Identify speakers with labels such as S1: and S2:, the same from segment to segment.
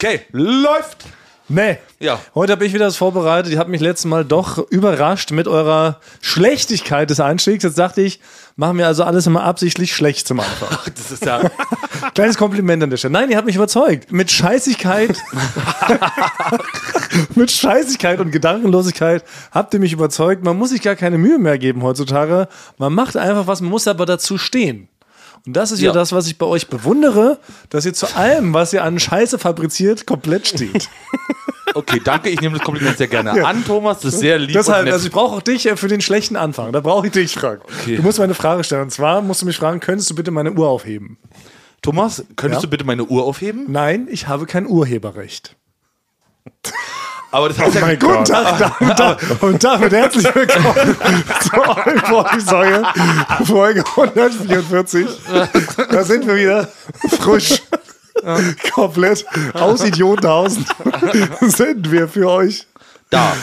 S1: Okay, läuft!
S2: Nee.
S1: Ja.
S2: Heute habe ich wieder das vorbereitet. Ihr habt mich letztes Mal doch überrascht mit eurer Schlechtigkeit des Einstiegs. Jetzt dachte ich, machen wir also alles immer absichtlich schlecht zum Anfang.
S1: Das ist ja.
S2: Kleines Kompliment an der Stelle. Nein, ihr habt mich überzeugt. Mit Scheißigkeit, mit Scheißigkeit und Gedankenlosigkeit habt ihr mich überzeugt. Man muss sich gar keine Mühe mehr geben heutzutage. Man macht einfach was, man muss aber dazu stehen. Und das ist ja,
S1: Ja.
S2: das, was ich bei euch bewundere, dass ihr zu allem, was ihr an Scheiße fabriziert, komplett steht.
S1: Okay, danke, ich nehme das Kompliment sehr gerne an, Thomas. Das ist sehr lieb. und
S2: Deshalb,
S1: nett.
S2: also ich brauche auch dich äh, für den schlechten Anfang. Da brauche ich dich, Frank. Du musst mir eine Frage stellen. Und zwar musst du mich fragen, könntest du bitte meine Uhr aufheben?
S1: Thomas, könntest
S2: Ja?
S1: du bitte meine Uhr aufheben?
S2: Nein, ich habe kein Urheberrecht.
S1: Aber
S2: Oh
S1: das heißt ja,
S2: Guten Tag, Damen und Herren. Und damit herzlich willkommen zur Eulenbräu-Säue, Folge 144. Da sind wir wieder frisch. Komplett aus Idiotenhausen sind wir für euch.
S1: da.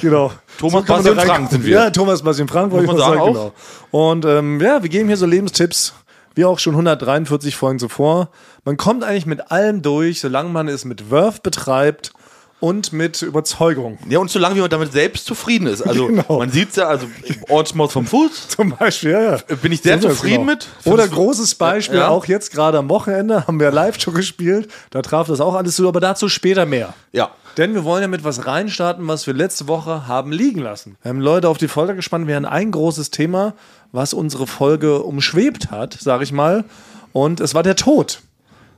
S2: Genau.
S1: Thomas,
S2: kann man
S1: Basti und
S2: da rein-
S1: Frank sind wir.
S2: Ja, Thomas, Basti und Frank, wollte ich
S1: Muss
S2: mal
S1: man
S2: sagen.
S1: sagen
S2: Genau. Und ähm, ja, wir geben hier so Lebenstipps, wie auch schon 143 Folgen zuvor. Man kommt eigentlich mit allem durch, solange man es mit Wurf betreibt und mit Überzeugung.
S1: Ja, und solange wie man damit selbst zufrieden ist. Also,
S2: Genau.
S1: man sieht es ja, also, Ortsmaus vom Fuß.
S2: Zum Beispiel, ja, ja.
S1: Bin ich sehr
S2: So ist das
S1: zufrieden mit.
S2: genau. Oder
S1: Findest-
S2: großes Beispiel,
S1: Ja.
S2: auch jetzt gerade am Wochenende haben wir Live-Show gespielt. Da traf das auch alles zu, aber dazu später mehr.
S1: Ja.
S2: Denn wir wollen ja mit was reinstarten, was wir letzte Woche haben liegen lassen. Wir haben Leute auf die Folter gespannt. Wir haben ein großes Thema, was unsere Folge umschwebt hat, sage ich mal. Und es war der Tod.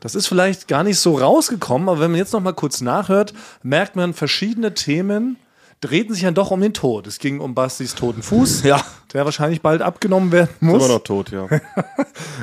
S2: Das ist vielleicht gar nicht so rausgekommen, aber wenn man jetzt noch mal kurz nachhört, merkt man, verschiedene Themen drehten sich dann doch um den Tod. Es ging um Bastis toten Fuß,
S1: Ja.
S2: der wahrscheinlich bald abgenommen werden muss.
S3: Immer noch tot, ja.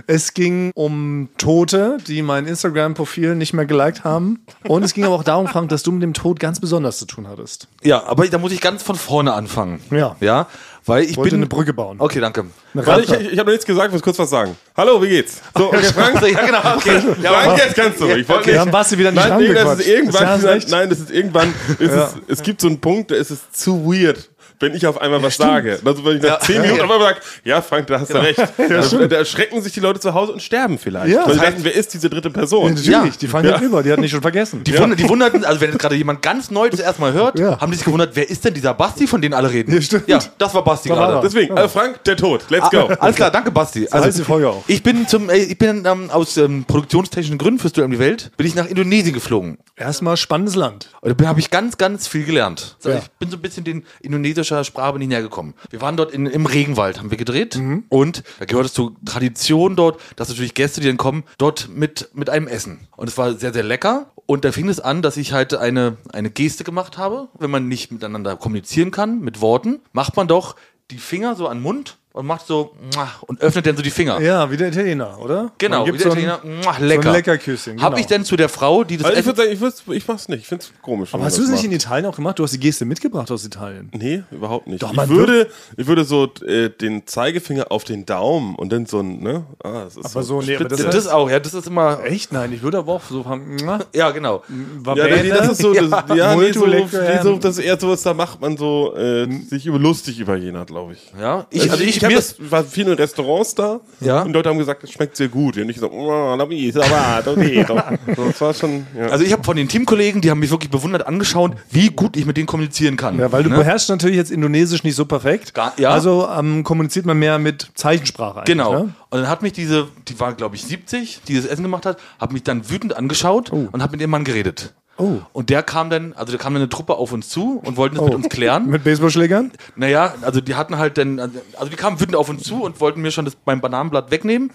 S2: Es ging um Tote, die mein Instagram-Profil nicht mehr geliked haben. Und es ging aber auch darum, Frank, dass du mit dem Tod ganz besonders zu tun hattest.
S1: Ja, aber da muss ich ganz von vorne anfangen.
S2: Ja.
S1: Ja, weil ich
S2: Wollte
S1: bin.
S2: eine Brücke bauen.
S1: Okay, danke.
S3: Warte, ich, ich, ich habe noch nichts gesagt, ich muss kurz was sagen. Hallo, wie geht's? So, okay, Frank,
S1: Ja, genau, okay. Ja,
S3: Frank, jetzt kannst du. Ich wollte
S2: Wir
S3: nicht.
S2: haben Basti wieder nicht
S3: Nein, nee, das
S2: rangequatscht.
S3: ist irgendwann,
S2: Ja, hast recht.
S3: nein, das ist irgendwann, ist es, es gibt so einen Punkt, da ist es zu weird, wenn ich auf einmal was sage. Also wenn ich nach zehn Minuten auf einmal sage, ja Frank, da hast du recht. da, da erschrecken sich die Leute zu Hause und sterben vielleicht.
S2: Genau. Ja.
S3: Weil sie denken, wer ist diese dritte Person?
S2: Natürlich,
S1: Ja.
S2: die fallen ja. über, die hat nicht schon vergessen.
S1: Die, wund die wunderten, also wenn jetzt gerade jemand ganz neu das erstmal hört,
S2: Ja.
S1: haben die sich gewundert, wer ist denn dieser Basti, von dem alle reden?
S2: Ja, stimmt.
S1: das war Basti
S2: Da war
S1: gerade.
S2: er.
S3: Deswegen, äh, Frank, der Tod. Let's go.
S1: Ah, Alles klar, danke Basti. Also,
S2: heißt die Folge auch.
S1: Ich bin zum, äh, ich bin ähm, aus ähm, produktionstechnischen Gründen fürs Duell um die Welt, bin ich nach Indonesien geflogen.
S2: Erstmal spannendes Land.
S1: Und da habe ich ganz, ganz viel gelernt. Also
S2: Ja.
S1: Ich bin so ein bisschen den indonesischer Sprache nicht näher gekommen. Wir waren dort in, im Regenwald, haben wir gedreht.
S2: Mhm.
S1: Und da gehört es zur Tradition dort, dass natürlich Gäste, die dann kommen, dort mit, mit einem essen. Und es war sehr, sehr lecker. Und da fing es an, dass ich halt eine, eine Geste gemacht habe. Wenn man nicht miteinander kommunizieren kann, mit Worten, macht man doch die Finger so an den Mund und macht so "Mua" und öffnet dann so die Finger.
S2: Ja, wie der Italiener, oder?
S1: Genau,
S2: Man gibt
S1: wie der
S2: so ein-
S1: Italiener, "Mua", lecker.
S2: Leckerküsschen,
S1: Habe
S2: genau.
S1: ich dann zu der Frau, die das
S3: Also ich
S1: Essen-
S3: würde sagen, ich, würd's- ich mach's nicht. Ich find's komisch.
S2: Aber hast du es nicht in Italien auch gemacht? Du hast die Geste mitgebracht aus Italien.
S3: Nee, überhaupt nicht.
S2: man
S3: ich, würde, ich würde so äh, den Zeigefinger auf den Daumen und dann so ein, ne? Ah, das ist
S2: Aber so, nee, aber das,
S1: das, das auch, ja, das ist immer.
S2: Echt? Nein, ich würde aber auch so haben.
S1: Ja, genau.
S3: Ja, nee, nee, das ist so, das, ja, nee, so,
S2: Multulektor,
S3: nee,
S2: ja.
S3: so, das ist eher sowas, da macht man so äh, sich über lustig über jener, glaube ich.
S1: Ja, ich, also ich,
S3: hab
S1: mir
S3: das, war viele Restaurants da
S1: Ja.
S3: und Leute haben gesagt, es schmeckt sehr gut. Und ich so, oh, la mi, sa va, do di, do. so, das war schon, ja.
S1: also ich habe von den Teamkollegen, die haben mich wirklich bewundert angeschaut, wie gut ich mit denen kommunizieren kann.
S2: Ja, weil du
S1: ne?
S2: beherrschst natürlich jetzt Indonesisch nicht so perfekt.
S1: Gar- ja.
S2: Also ähm, kommuniziert man mehr mit Zeichensprache eigentlich.
S1: Genau.
S2: Ne?
S1: Und dann hat mich diese, die war glaube ich 70, die das Essen gemacht hat, hat mich dann wütend angeschaut und hat mit dem Mann geredet.
S2: Oh.
S1: Und der kam dann, also da kam dann eine Truppe auf uns zu und wollten das mit uns klären.
S2: Mit Baseballschlägern?
S1: Naja, also die hatten halt dann, also die kamen wütend auf uns zu und wollten mir schon das, mein Bananenblatt wegnehmen.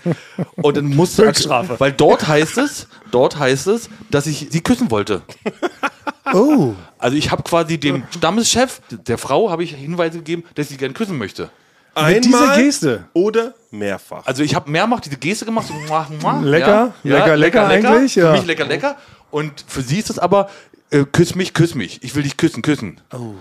S1: Und dann musste
S2: Höchststrafe.
S1: Weil dort heißt es, dort heißt es, dass ich sie küssen wollte.
S2: Oh.
S1: Also ich habe quasi dem Stammeschef der Frau habe ich Hinweise gegeben, dass ich sie gern küssen möchte.
S2: Mit dieser Geste.
S3: oder mehrfach.
S1: Also ich habe mehrmals diese Geste gemacht. So, mua, mua,
S2: Lecker, lecker, lecker eigentlich,
S1: Für
S2: ja.
S1: mich lecker, lecker. Und für sie ist es aber, äh, küss mich, küss mich. Ich will dich küssen, küssen.
S2: Oh.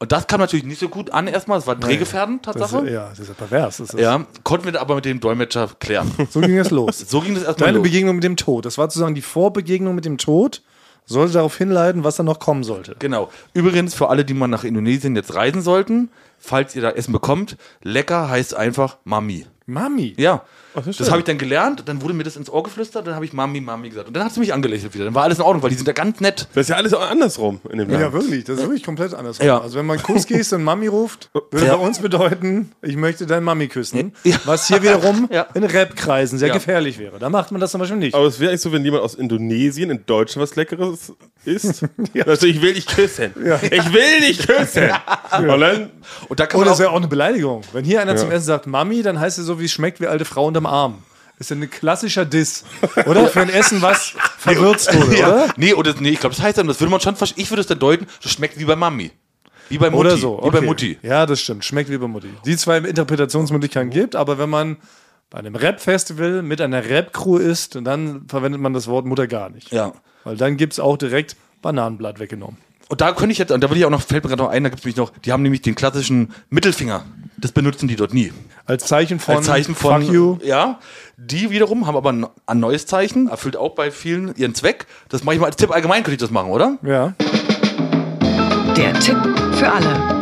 S1: Und das kam natürlich nicht so gut an erstmal. Es war Drehgefährden,
S2: Das
S1: Tatsache.
S2: ist, ja, das ist ja pervers. Das ist,
S1: ja, konnten wir aber mit dem Dolmetscher klären.
S2: So ging es los.
S1: So ging das erstmal
S2: Deine
S1: los.
S2: Begegnung mit dem Tod. Das war sozusagen die Vorbegegnung mit dem Tod. Sollte darauf hinleiten, was da noch kommen sollte.
S1: Genau. Übrigens, für alle, die mal nach Indonesien jetzt reisen sollten, falls ihr da Essen bekommt, lecker heißt einfach Mami.
S2: Mami.
S1: Ja.
S3: das
S1: das
S3: ist schön.
S1: habe ich dann gelernt, dann wurde mir das ins Ohr geflüstert, dann habe ich Mami, Mami gesagt. Und dann hat sie mich angelächelt wieder. Dann war alles in Ordnung, weil die sind ja ganz nett.
S3: Das ist ja alles auch andersrum in dem Land.
S2: Ja, wirklich. Das ist wirklich komplett anders.
S1: Ja.
S2: Also wenn man Kuss gießt und Mami ruft, würde
S1: Ja.
S2: bei uns bedeuten, ich möchte deine Mami küssen.
S1: Ja.
S2: Was hier wiederum
S1: Ja.
S2: in Rap-Kreisen sehr
S1: Ja.
S2: gefährlich wäre. Da macht man das zum Beispiel nicht.
S3: Aber es wäre eigentlich so, wenn jemand aus Indonesien in Deutschland was Leckeres isst. Dann so, ich will dich küssen. Ich will dich küssen. Und dann,
S1: Und da kann
S2: Oder
S1: man
S2: Oh, das wäre
S1: auch,
S2: auch eine Beleidigung. Wenn hier einer zum
S3: Ja.
S2: Essen sagt Mami, dann heißt es so, wie es schmeckt, wie alte Frau unterm Arm. Ist ja ein klassischer Diss. Oder? Für ein Essen, was verwirrt wurde,
S1: ja,
S2: oder?
S1: nee, oder, nee, ich glaube, das heißt dann, das würde man schon verstehen. Ich würde es dann deuten, das schmeckt wie bei Mami. Wie bei Mutti.
S2: Oder so.
S1: Wie bei
S2: okay.
S1: Mutti.
S2: Ja, das stimmt. Schmeckt wie bei Mutti. Die zwei Interpretationsmöglichkeiten gibt, aber wenn man bei einem Rap-Festival mit einer Rap-Crew ist, dann verwendet man das Wort Mutter gar nicht.
S1: Ja.
S2: Weil dann gibt es auch direkt Bananenblatt weggenommen.
S1: Und da könnte ich jetzt, und da will ich auch noch, fällt mir gerade noch ein, da gibt es nämlich noch, die haben nämlich den klassischen Mittelfinger. Das benutzen die dort nie.
S2: Als Zeichen von,
S1: Als Zeichen von,
S2: Fuck you.
S1: ja. Die wiederum haben aber ein, ein neues Zeichen, erfüllt auch bei vielen ihren Zweck. Das mache ich mal als Tipp allgemein, könnte ich das machen, oder?
S2: Ja.
S4: Der Tipp für alle.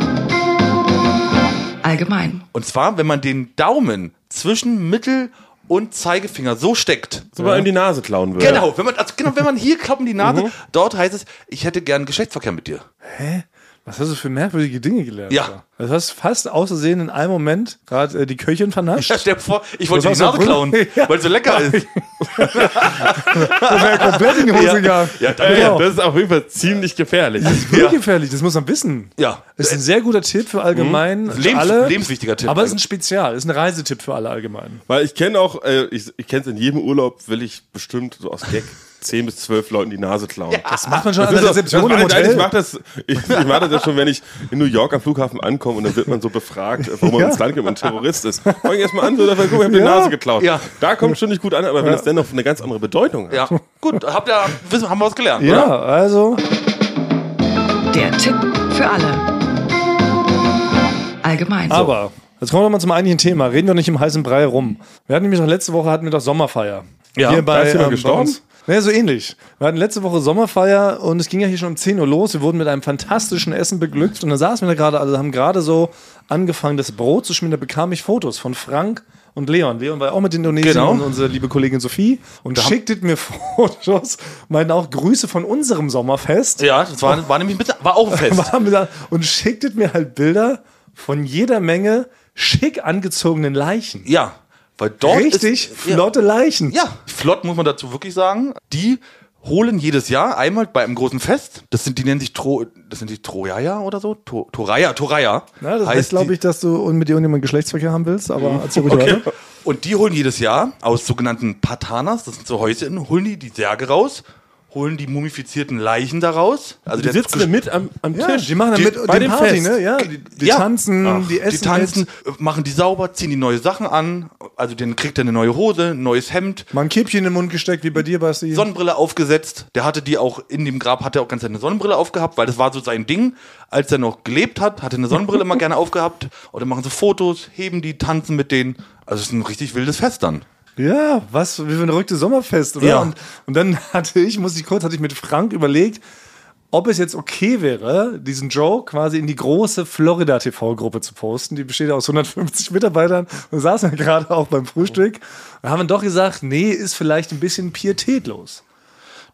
S4: Allgemein.
S1: Und zwar, wenn man den Daumen zwischen Mittel und Zeigefinger so steckt.
S3: so mal in die Nase klauen würde.
S1: Genau, wenn man, also genau, wenn man hier klappen die Nase,
S2: Mhm.
S1: dort heißt es, ich hätte gern Geschlechtsverkehr mit dir.
S2: Was hast du für merkwürdige Dinge gelernt?
S1: Ja.
S2: Das hast du fast außersehen in einem Moment gerade äh, die Köchin vernascht.
S1: Ja, stell dir vor, ich wollte dir
S2: Das
S1: die
S2: hast
S1: Nase
S2: du
S1: klauen,
S2: wohl- Ja.
S1: weil es so lecker ist.
S2: Das wäre komplett in die Hose gegangen.
S1: Ja,
S3: Ja,
S2: Genau.
S3: ja, Äh, das ist auf jeden Fall ziemlich gefährlich.
S2: Wirklich gefährlich, das muss man wissen.
S1: Ja. Mhm.
S2: Ist ein sehr guter Tipp für allgemein. Für
S1: Lebens-
S2: alle,
S1: lebenswichtiger Tipp.
S2: Aber es ist ein Spezial, ist ein Reisetipp für alle allgemein.
S3: Weil ich kenne auch, äh, ich, ich kenne es in jedem Urlaub, will ich bestimmt so aus Gag 10 bis 12 Leuten die Nase klauen.
S2: Das
S1: Ah,
S2: macht man schon an
S3: Das
S2: der
S3: ist auch-
S2: Rezeption
S3: das
S2: im
S3: war- nein, Ich
S2: Hotel.
S3: mache das, ich, ich mach das ja schon, wenn ich in New York am Flughafen ankomme und dann wird man so befragt, äh, warum man
S2: Ja.
S3: ins Land geht, und Terrorist ist. Fang ich erstmal an, so, dafür, guck, ich habe die
S2: Ja.
S3: Nase geklaut.
S1: Ja.
S3: Da kommt schon nicht gut an, aber wenn das dennoch eine ganz andere Bedeutung hat.
S1: Ja, gut, habt ihr, wissen, haben wir was gelernt, oder?
S2: Ja, also
S4: Der Tipp für alle. Allgemein.
S2: Aber, jetzt kommen wir mal zum eigentlichen Thema. Reden wir nicht im heißen Brei rum. Wir hatten nämlich noch letzte Woche hatten wir doch Sommerfeier.
S1: Ja,
S2: hier
S3: da
S2: bei,
S3: ist
S2: ähm,
S3: jemand
S2: bei
S3: gestorben?
S2: uns. Naja, so ähnlich. Wir hatten letzte Woche Sommerfeier und es ging ja hier schon um 10 Uhr los. Wir wurden mit einem fantastischen Essen beglückt und da saßen wir da gerade, also haben gerade so angefangen, das Brot zu schmieren. Da bekam ich Fotos von Frank und Leon. Leon war ja auch mit Indonesien
S1: Genau.
S2: und unsere liebe Kollegin Sophie und schicktet mir Fotos, meinten auch Grüße von unserem Sommerfest
S1: Ja, das war, war nämlich ein bisschen, war auch ein Fest.
S2: war mir da und schicktet mir halt Bilder von jeder Menge schick angezogenen Leichen.
S1: Ja, weil dort
S2: Richtig
S1: ist, ja.
S2: flotte Leichen.
S1: Ja, flott muss man dazu wirklich sagen. Die holen jedes Jahr einmal bei einem großen Fest. Das sind die nennen sich Tro, das sind die Trojaja oder so. To, Toraya, Toraya.
S2: Na, das heißt, glaube
S1: die.
S2: ich, dass du mit dir irgendjemandem Geschlechtsverkehr haben willst, aber erzähl ruhig weiter.
S1: Und die holen jedes Jahr aus sogenannten Patanas, das sind so Häuschen, holen die die Särge raus, holen die mumifizierten Leichen daraus. Also
S3: Die
S1: der-
S3: sitzen mit am, am
S2: Ja,
S3: Tisch.
S2: die machen dann
S3: Die-
S2: mit
S3: bei
S2: die
S3: dem
S2: Party,
S3: Fest.
S2: ne? Ja, die, die
S1: Ja.
S2: tanzen, die essen.
S1: die tanzen, äh, machen die sauber, ziehen die neue Sachen an. Also den kriegt er eine neue Hose, ein neues Hemd,
S2: Mal ein Kippchen in den Mund gesteckt, wie bei dir, Basti.
S1: Sonnenbrille aufgesetzt. Der hatte die auch in dem Grab, hat er auch ganz eine Sonnenbrille aufgehabt, weil das war so sein Ding. Als er noch gelebt hat, hat er eine Sonnenbrille immer gerne aufgehabt. Oder machen so Fotos, heben die, tanzen mit denen. Also es ist ein richtig wildes Fest dann.
S2: Ja, was wie für ein verrücktes Sommerfest, oder?
S1: Ja.
S2: Und, und dann hatte ich, muss ich kurz, hatte ich mit Frank überlegt, ob es jetzt okay wäre, diesen Joke quasi in die große Florida TV-Gruppe zu posten. Die besteht aus 150 Mitarbeitern und saßen ja gerade auch beim Frühstück. Und haben dann doch gesagt, nee, ist vielleicht ein bisschen pietätlos.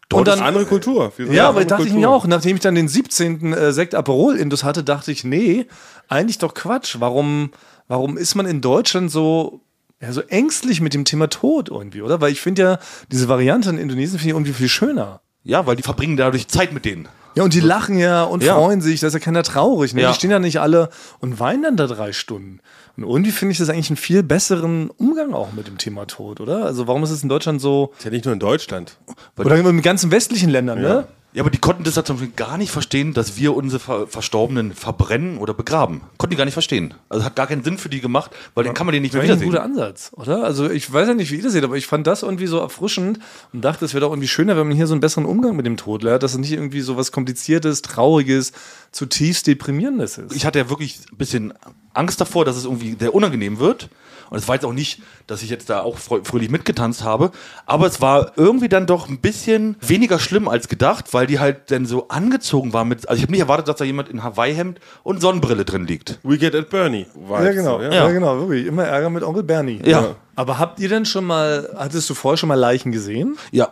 S3: Dort
S2: Und
S3: ist
S2: dann-
S3: andere Kultur. Wir sind
S2: Ja,
S3: eine
S2: aber
S3: andere
S2: dachte ich
S3: Kultur.
S2: mir auch, nachdem ich dann den 17. äh, Sekt Aperol Indus hatte, dachte ich, nee, eigentlich doch Quatsch. Warum, warum ist man in Deutschland so, ja, so ängstlich mit dem Thema Tod irgendwie, oder? Weil ich finde ja, diese Variante in Indonesien finde ich irgendwie viel schöner.
S1: Ja, weil die verbringen dadurch Zeit mit denen.
S2: Ja, und die lachen ja und
S1: Ja.
S2: freuen sich, da ist ja keiner traurig. Ne?
S1: Ja.
S2: Die stehen ja nicht alle und weinen dann da drei Stunden. Und irgendwie finde ich das eigentlich einen viel besseren Umgang auch mit dem Thema Tod, oder? Also warum ist es in Deutschland so,
S3: Ist ja nicht nur in Deutschland.
S2: oder in den ganzen westlichen Ländern, ne?
S1: Ja, aber die konnten das halt zum Beispiel gar nicht verstehen, dass wir unsere Ver Verstorbenen verbrennen oder begraben. Konnten die gar nicht verstehen. Also hat gar keinen Sinn für die gemacht, weil dann kann man den nicht mehr
S2: Eigentlich ein guter
S1: wiedersehen.
S2: Ansatz, oder? Also ich weiß ja nicht, wie ihr das seht, aber ich fand das irgendwie so erfrischend und dachte, es wäre doch irgendwie schöner, wenn man hier so einen besseren Umgang mit dem Tod lernt, dass es nicht irgendwie so was Kompliziertes, Trauriges, zutiefst Deprimierendes ist.
S1: Ich hatte ja wirklich ein bisschen Angst davor, dass es irgendwie sehr unangenehm wird. Und es war jetzt auch nicht, dass ich jetzt da auch frö- fröhlich mitgetanzt habe, aber es war irgendwie dann doch ein bisschen weniger schlimm als gedacht, weil die halt dann so angezogen war mit, also ich habe nicht erwartet, dass da jemand in Hawaii-Hemd und Sonnenbrille drin liegt.
S3: Weekend at Bernie. Vibes,
S2: Ja, genau.
S3: so,
S2: Ja.
S3: ja.
S2: genau. Wirklich. Immer Ärger mit Onkel Bernie.
S1: Ja.
S2: Aber habt ihr denn schon mal, hattest du vorher schon mal Leichen gesehen?
S1: Ja,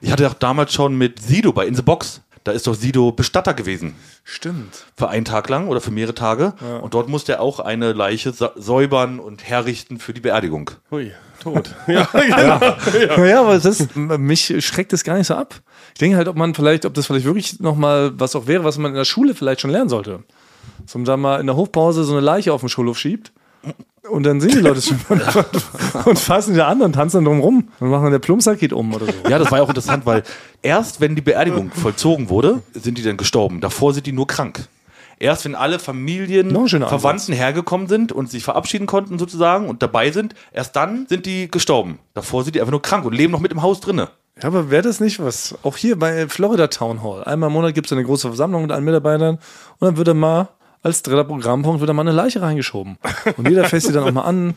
S1: ich hatte auch damals schon mit Sido bei In the Box, da ist doch Sido Bestatter gewesen.
S2: Stimmt.
S1: für einen Tag lang oder für mehrere Tage. Und dort musste er auch eine Leiche sa- säubern und herrichten für die Beerdigung.
S3: Hui, tot. ja, genau.
S2: Naja, aber das, mich schreckt das gar nicht so ab. Ich denke halt, ob man vielleicht, ob das vielleicht wirklich nochmal was auch wäre, was man in der Schule vielleicht schon lernen sollte. Dass man da mal in der Hofpause so eine Leiche auf den Schulhof schiebt. Und dann sehen die Leute schon und, und fassen die da an und tanzen dann drum rum. Dann machen wir der Plumpsack geht um oder so.
S1: Ja, das war ja auch interessant, weil erst wenn die Beerdigung vollzogen wurde, sind die dann gestorben. Davor sind die nur krank. Erst wenn alle Familien,
S2: Noch ein schöner
S1: Verwandten hergekommen sind und sich verabschieden konnten sozusagen und dabei sind, erst dann sind die gestorben. Davor sind die einfach nur krank und leben noch mit im Haus drinne.
S2: Ja, aber wäre das nicht was? Auch hier bei Florida Town Hall. Einmal im Monat gibt es eine große Versammlung mit allen Mitarbeitern und dann wird da mal als dritter Programmpunkt wird da mal eine Leiche reingeschoben. Und jeder fässt die dann auch mal an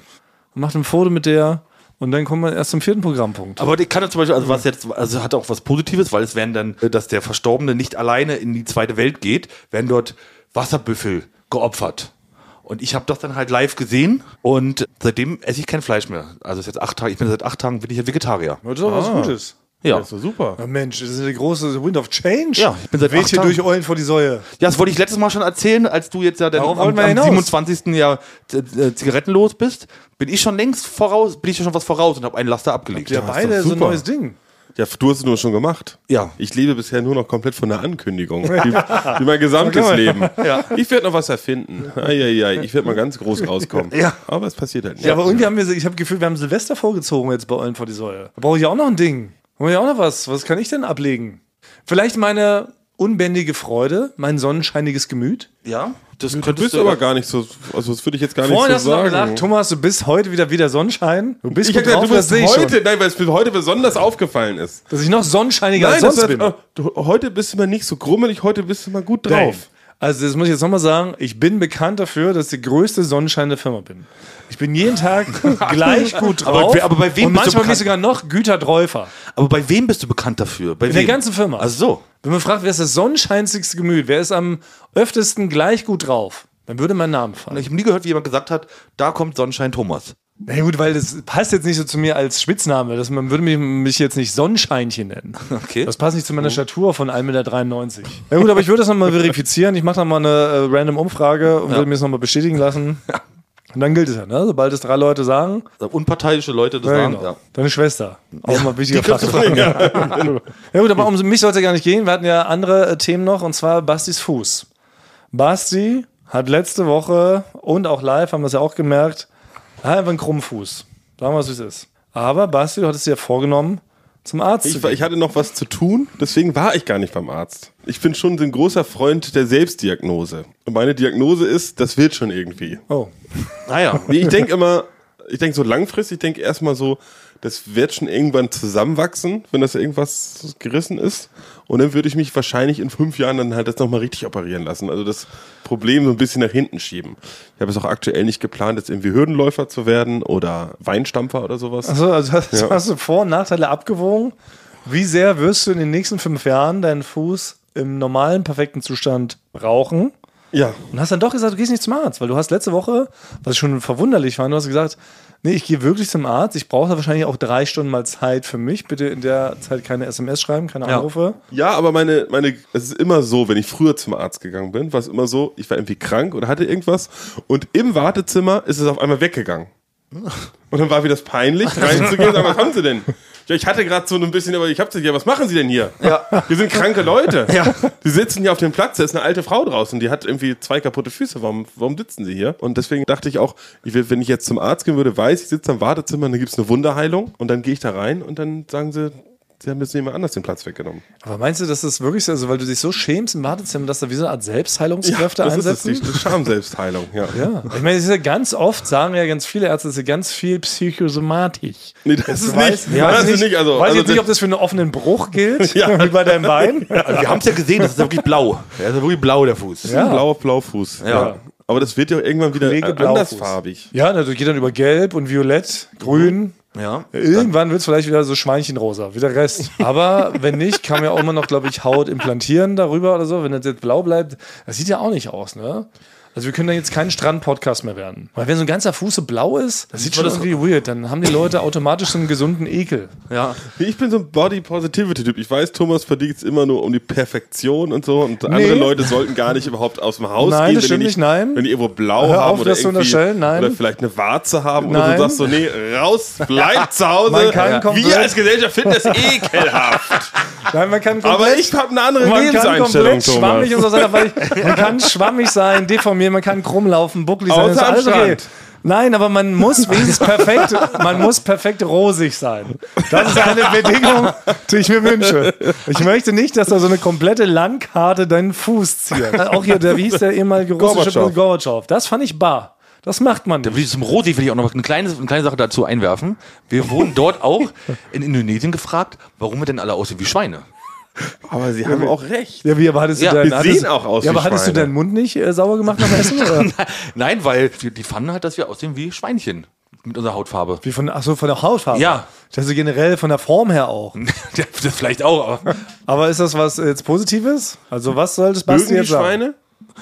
S2: und macht ein Foto mit der und dann kommt man erst zum vierten Programmpunkt.
S1: Aber ich kann ja zum Beispiel, also was jetzt, also hat auch was Positives, weil es werden dann, äh, dass der Verstorbene nicht alleine in die zweite Welt geht, werden dort Wasserbüffel geopfert. Und ich habe das dann halt live gesehen und seitdem esse ich kein Fleisch mehr. Also ist jetzt acht Tage, ich bin seit acht Tagen bin ich ja Vegetarier.
S2: das ist doch was Gutes.
S1: Ja.
S3: Das ist doch super.
S2: Ah. Mensch, das ist eine große Wind of Change.
S1: Ja, ich bin seit
S2: Weht
S1: acht
S2: hier
S1: Tahren-
S2: durch Eulen vor die Säue.
S1: Ja, das wollte ich letztes Mal schon erzählen, als du jetzt ja dann
S2: Darauf
S1: am,
S2: wollten wir
S1: am
S2: hinaus.
S1: 27. Jahr äh, äh, zigarettenlos bist, bin ich schon längst voraus, bin ich schon was voraus und habe einen Laster abgelegt.
S2: Ja, beide
S3: doch
S2: so ein
S3: super.
S2: neues Ding.
S3: Ja, du hast es nur schon gemacht.
S1: Ja.
S3: Ich lebe bisher nur noch komplett von der Ankündigung. Wie, wie mein gesamtes Leben. Ich werde noch was erfinden. Eieiei, ich werde mal ganz groß rauskommen.
S1: Ja.
S3: Aber es passiert halt nicht.
S2: Ja, aber irgendwie haben wir, ich habe Gefühl, wir haben Silvester vorgezogen jetzt bei Eulen vor die Säule. Da brauche ich auch noch ein Ding. Brauche ich auch noch was. Was kann ich denn ablegen? Vielleicht meine unbändige Freude, mein sonnenscheiniges Gemüt.
S1: Ja, das
S3: du bist aber gar nicht so, also das würde ich jetzt gar nicht
S2: Vorhin
S3: so
S2: hast du noch
S3: sagen.
S2: gesagt, Thomas, du bist heute wieder wieder Sonnenschein. Du bist
S3: ich
S2: gut
S3: habe gesagt, du
S2: drauf,
S3: bist
S2: das sehe ich
S3: heute,
S2: schon.
S3: nein, weil es mir heute besonders aufgefallen ist.
S2: Dass ich noch sonnenscheiniger als
S3: das
S2: sonst
S3: heißt,
S2: bin.
S3: oh, du, heute bist du mal nicht so grummelig, heute bist du mal gut drauf.
S2: Nein. Also das muss ich jetzt nochmal sagen, ich bin bekannt dafür, dass ich die größte Sonnenschein der Firma bin. Ich bin jeden Tag gleich gut
S1: Aber
S2: drauf.
S1: wer- aber bei wem
S2: und
S1: bist du
S2: manchmal bin ich
S1: bekannt?
S2: sogar noch Güterträufer.
S1: Aber bei wem bist du bekannt dafür? Bei
S2: In der ganzen Firma.
S1: Ach so.
S2: Wenn man fragt, wer ist das sonnenscheinzigste Gemüt, wer ist am öftesten gleich gut drauf, dann würde mein Name fallen.
S1: Ich habe nie gehört, wie jemand gesagt hat, da kommt Sonnenschein Thomas.
S2: Na gut, weil das passt jetzt nicht so zu mir als Spitzname. Das, man würde mich, mich jetzt nicht Sonnenscheinchen nennen.
S1: Okay.
S2: Das passt nicht zu meiner Statur von 1,93 Meter. Na gut, aber ich würde das nochmal verifizieren. Ich mache da mal eine äh, random Umfrage und würde mir das nochmal bestätigen lassen. Und dann gilt es ja, ne? Sobald es drei Leute sagen,
S1: Also Unparteiische Leute das
S2: Ja,
S1: sagen.
S2: genau. Deine Schwester. Auch mal wichtiger
S1: kannst du
S2: Faktor. Ja gut, aber um mich soll es ja gar nicht gehen. Wir hatten ja andere äh, Themen noch und zwar Bastis Fuß. Basti hat letzte Woche und auch live haben wir es ja auch gemerkt, er hat einfach einen krummen Fuß. Sagen wir, es, wie es ist. Aber Basti, du hattest dir ja vorgenommen, zum Arzt zu
S3: Ich, war-
S2: gehen.
S3: ich hatte noch was zu tun, deswegen war ich gar nicht beim Arzt. Ich bin schon ein großer Freund der Selbstdiagnose. Und meine Diagnose ist, das wird schon irgendwie.
S2: oh.
S1: Naja.
S3: Nee, ich denke immer, ich denke so langfristig, ich denke erstmal so, das wird schon irgendwann zusammenwachsen, wenn das irgendwas gerissen ist. Und dann würde ich mich wahrscheinlich in fünf Jahren dann halt das nochmal richtig operieren lassen. Also das Problem so ein bisschen nach hinten schieben. Ich habe es auch aktuell nicht geplant, jetzt irgendwie Hürdenläufer zu werden oder Weinstampfer oder sowas.
S2: Achso, also hast,
S3: Ja.
S2: hast du Vor- und Nachteile abgewogen. Wie sehr wirst du in den nächsten fünf Jahren deinen Fuß im normalen, perfekten Zustand brauchen?
S3: Ja.
S2: Und hast dann doch gesagt, du gehst nicht zum Arzt, weil du hast letzte Woche, was schon verwunderlich war, du hast gesagt, nee, ich gehe wirklich zum Arzt, ich brauche da wahrscheinlich auch drei Stunden mal Zeit für mich, bitte in der Zeit keine SMS schreiben, keine Anrufe.
S3: Ja, aber meine, meine, es ist immer so, wenn ich früher zum Arzt gegangen bin, war es immer so, ich war irgendwie krank oder hatte irgendwas und im Wartezimmer ist es auf einmal weggegangen. Und dann war wieder das peinlich, reinzugehen und sagen, was haben Sie denn? Ja, ich hatte gerade so ein bisschen, aber ich hab's nicht, ja, was machen Sie denn hier? Ja. Wir sind kranke Leute. Ja. Die sitzen hier auf dem Platz, da ist eine alte Frau draußen, die hat irgendwie zwei kaputte Füße, warum, warum sitzen Sie hier? Und deswegen dachte ich auch, ich will, wenn ich jetzt zum Arzt gehen würde, weiß ich, sitze am Wartezimmer, dann gibt's eine Wunderheilung und dann gehe ich da rein und dann sagen sie, Sie haben jetzt jemand anders den Platz weggenommen.
S2: Aber meinst du, dass das wirklich so, also weil du dich so schämst im Wartezimmer, dass da wie so eine Art Selbstheilungskräfte
S3: das
S2: einsetzen?
S3: Ist es, die Schamselbstheilung, ja.
S2: ja. Ich meine, es ist ja ganz oft, sagen ja ganz viele Ärzte, es ist ja ganz viel Psychosomatisch.
S3: Nee, das ist
S2: Weiß,
S3: nicht. das ist nicht. Also,
S2: weiß
S3: also
S2: ich jetzt nicht, ob das für einen offenen Bruch gilt,
S3: Ja.
S2: wie bei deinem Bein.
S1: Also Wir haben es ja gesehen, das ist ja wirklich blau. Der ist ja wirklich blau, der Fuß.
S3: Blau auf Blaufuß. Ja. Aber das wird ja irgendwann wieder
S2: Kollege
S3: äh,
S2: Blaufuß.
S3: andersfarbig.
S2: Ja, das geht dann über Gelb und Violett, Grün.
S1: Ja.
S2: Irgendwann wird es vielleicht wieder so Schweinchenrosa, wie der Rest. Aber wenn nicht, kann man ja auch immer noch, glaube ich, Haut implantieren darüber oder so. Wenn das jetzt blau bleibt, das sieht ja auch nicht aus, ne? Also wir können dann jetzt kein Strand-Podcast mehr werden. Weil wenn so ein ganzer Fuß so blau ist, das sieht schon
S1: das-
S2: irgendwie weird. Dann haben die Leute automatisch so einen gesunden Ekel.
S1: Ja.
S3: Ich bin so ein Body Positivity Typ. Ich weiß, Thomas verdiegt es immer nur um die Perfektion und so. Und andere Leute sollten gar nicht überhaupt aus dem Haus
S2: Nein,
S3: gehen,
S2: das
S3: wenn
S2: stimmt
S3: die
S2: nicht, nein.
S3: wenn die irgendwo blau
S2: Hör
S3: haben
S2: auf,
S3: oder
S2: das zu
S3: irgendwie-
S2: unterstellen, nein.
S3: oder vielleicht eine Warze haben oder
S2: Nein.
S3: so. Sagst du, nee, raus, bleib zu Hause.
S2: Man kann komplett-
S3: Wir als Gesellschaft finden das ekelhaft.
S2: Nein, man kann
S3: Aber ich habe eine andere
S2: man kann
S3: Lebenseinstellung,
S2: komplett schwammig und
S3: Thomas.
S2: so sein, weil ich, man kann schwammig sein, deformieren, man kann krumm laufen, bucklig sein,
S3: Außer
S2: ist
S3: am
S2: alles okay.
S3: Strand.
S2: Nein, aber man muss wenigstens perfekt, man muss perfekt rosig sein. Das ist eine Bedingung, die ich mir wünsche. Ich möchte nicht, dass da so eine komplette Landkarte deinen Fuß zieht. Auch hier, der, wie hieß der ehemalige russische
S3: Gorbatschow.
S2: Gorbatschow. Gorbatschow. Das fand ich bar. Das macht man.
S1: Will ich Zum Rosi will ich auch noch eine kleine, eine kleine Sache dazu einwerfen. Wir wurden dort auch in Indonesien gefragt, warum wir denn alle aussehen wie Schweine.
S3: Aber sie haben auch recht.
S2: Ja, wie, aber hattest du
S1: Ja,
S2: deinen,
S3: wir
S2: hattest,
S3: sehen auch aus
S2: Ja,
S3: wie
S2: aber hattest du
S3: Schweine.
S2: deinen Mund nicht äh, sauber gemacht nach dem Essen? Oder?
S1: Nein, weil die, die fanden halt, dass wir aussehen wie Schweinchen mit unserer Hautfarbe.
S2: Wie von, ach so, von der Hautfarbe?
S1: Ja.
S2: Also generell von der Form her auch.
S1: Ja, das vielleicht auch, aber.
S2: Aber ist das was jetzt Positives? Also was soll das Basti
S3: Mögen die
S2: jetzt sagen?
S3: Schweine?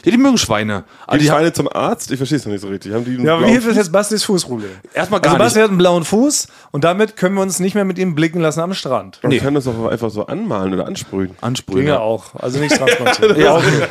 S1: Ja, die mögen Schweine. Aber
S3: Die
S1: die haben
S3: Schweine zum Arzt? Ich verstehe es noch nicht so richtig. Haben die einen
S2: Ja, aber
S3: blauen
S2: wie hilft es jetzt Bastis Fußproblem?
S1: erstmal
S2: Also
S1: gar
S2: Basti
S1: nicht.
S2: hat einen blauen Fuß und damit können wir uns nicht mehr mit ihm blicken lassen am Strand.
S3: Man kann das auch einfach so anmalen oder ansprühen.
S1: Ansprüche.
S2: Ging ja auch. Also nichts transportiert. ja, okay.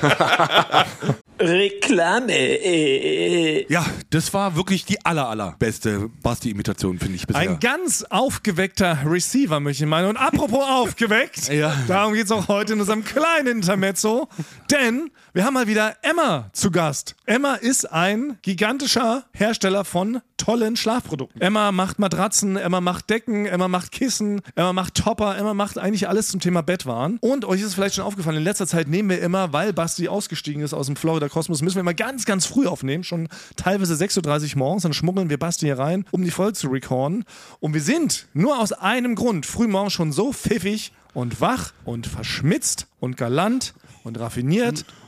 S5: Reklame. Äh, äh.
S1: Ja, das war wirklich die aller, allerbeste Basti-Imitation, finde ich bisher.
S2: Ein ganz aufgeweckter Receiver, möchte ich meinen. Und apropos aufgeweckt,
S1: Ja.
S2: darum geht es auch heute in unserem kleinen Intermezzo. Denn wir haben mal wieder Emma zu Gast. Emma ist ein gigantischer Hersteller von tollen Schlafprodukten. Emma macht Matratzen, Emma macht Decken, Emma macht Kissen, Emma macht Topper, Emma macht eigentlich alles zum Thema Bettwaren. Und euch ist es vielleicht schon aufgefallen, in letzter Zeit nehmen wir immer, weil Basti ausgestiegen ist aus dem Florida Kosmos, müssen wir immer ganz, ganz früh aufnehmen, schon teilweise 6.30 Uhr morgens, dann schmuggeln wir Basti hier rein, um die Folge zu recorden. Und wir sind nur aus einem Grund frühmorgens schon so pfiffig und wach und verschmitzt und galant und
S1: Mhm.
S2: raffiniert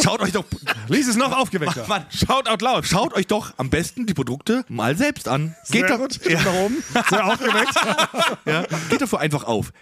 S1: Schaut euch doch.
S2: Lies es noch aufgeweckter.
S1: Mann, schaut out loud. Schaut euch doch am besten die Produkte mal selbst an. Geht
S2: Sehr
S1: doch,
S2: gut. Nach oben. Sehr aufgeweckt.
S1: ja, geht dafür einfach auf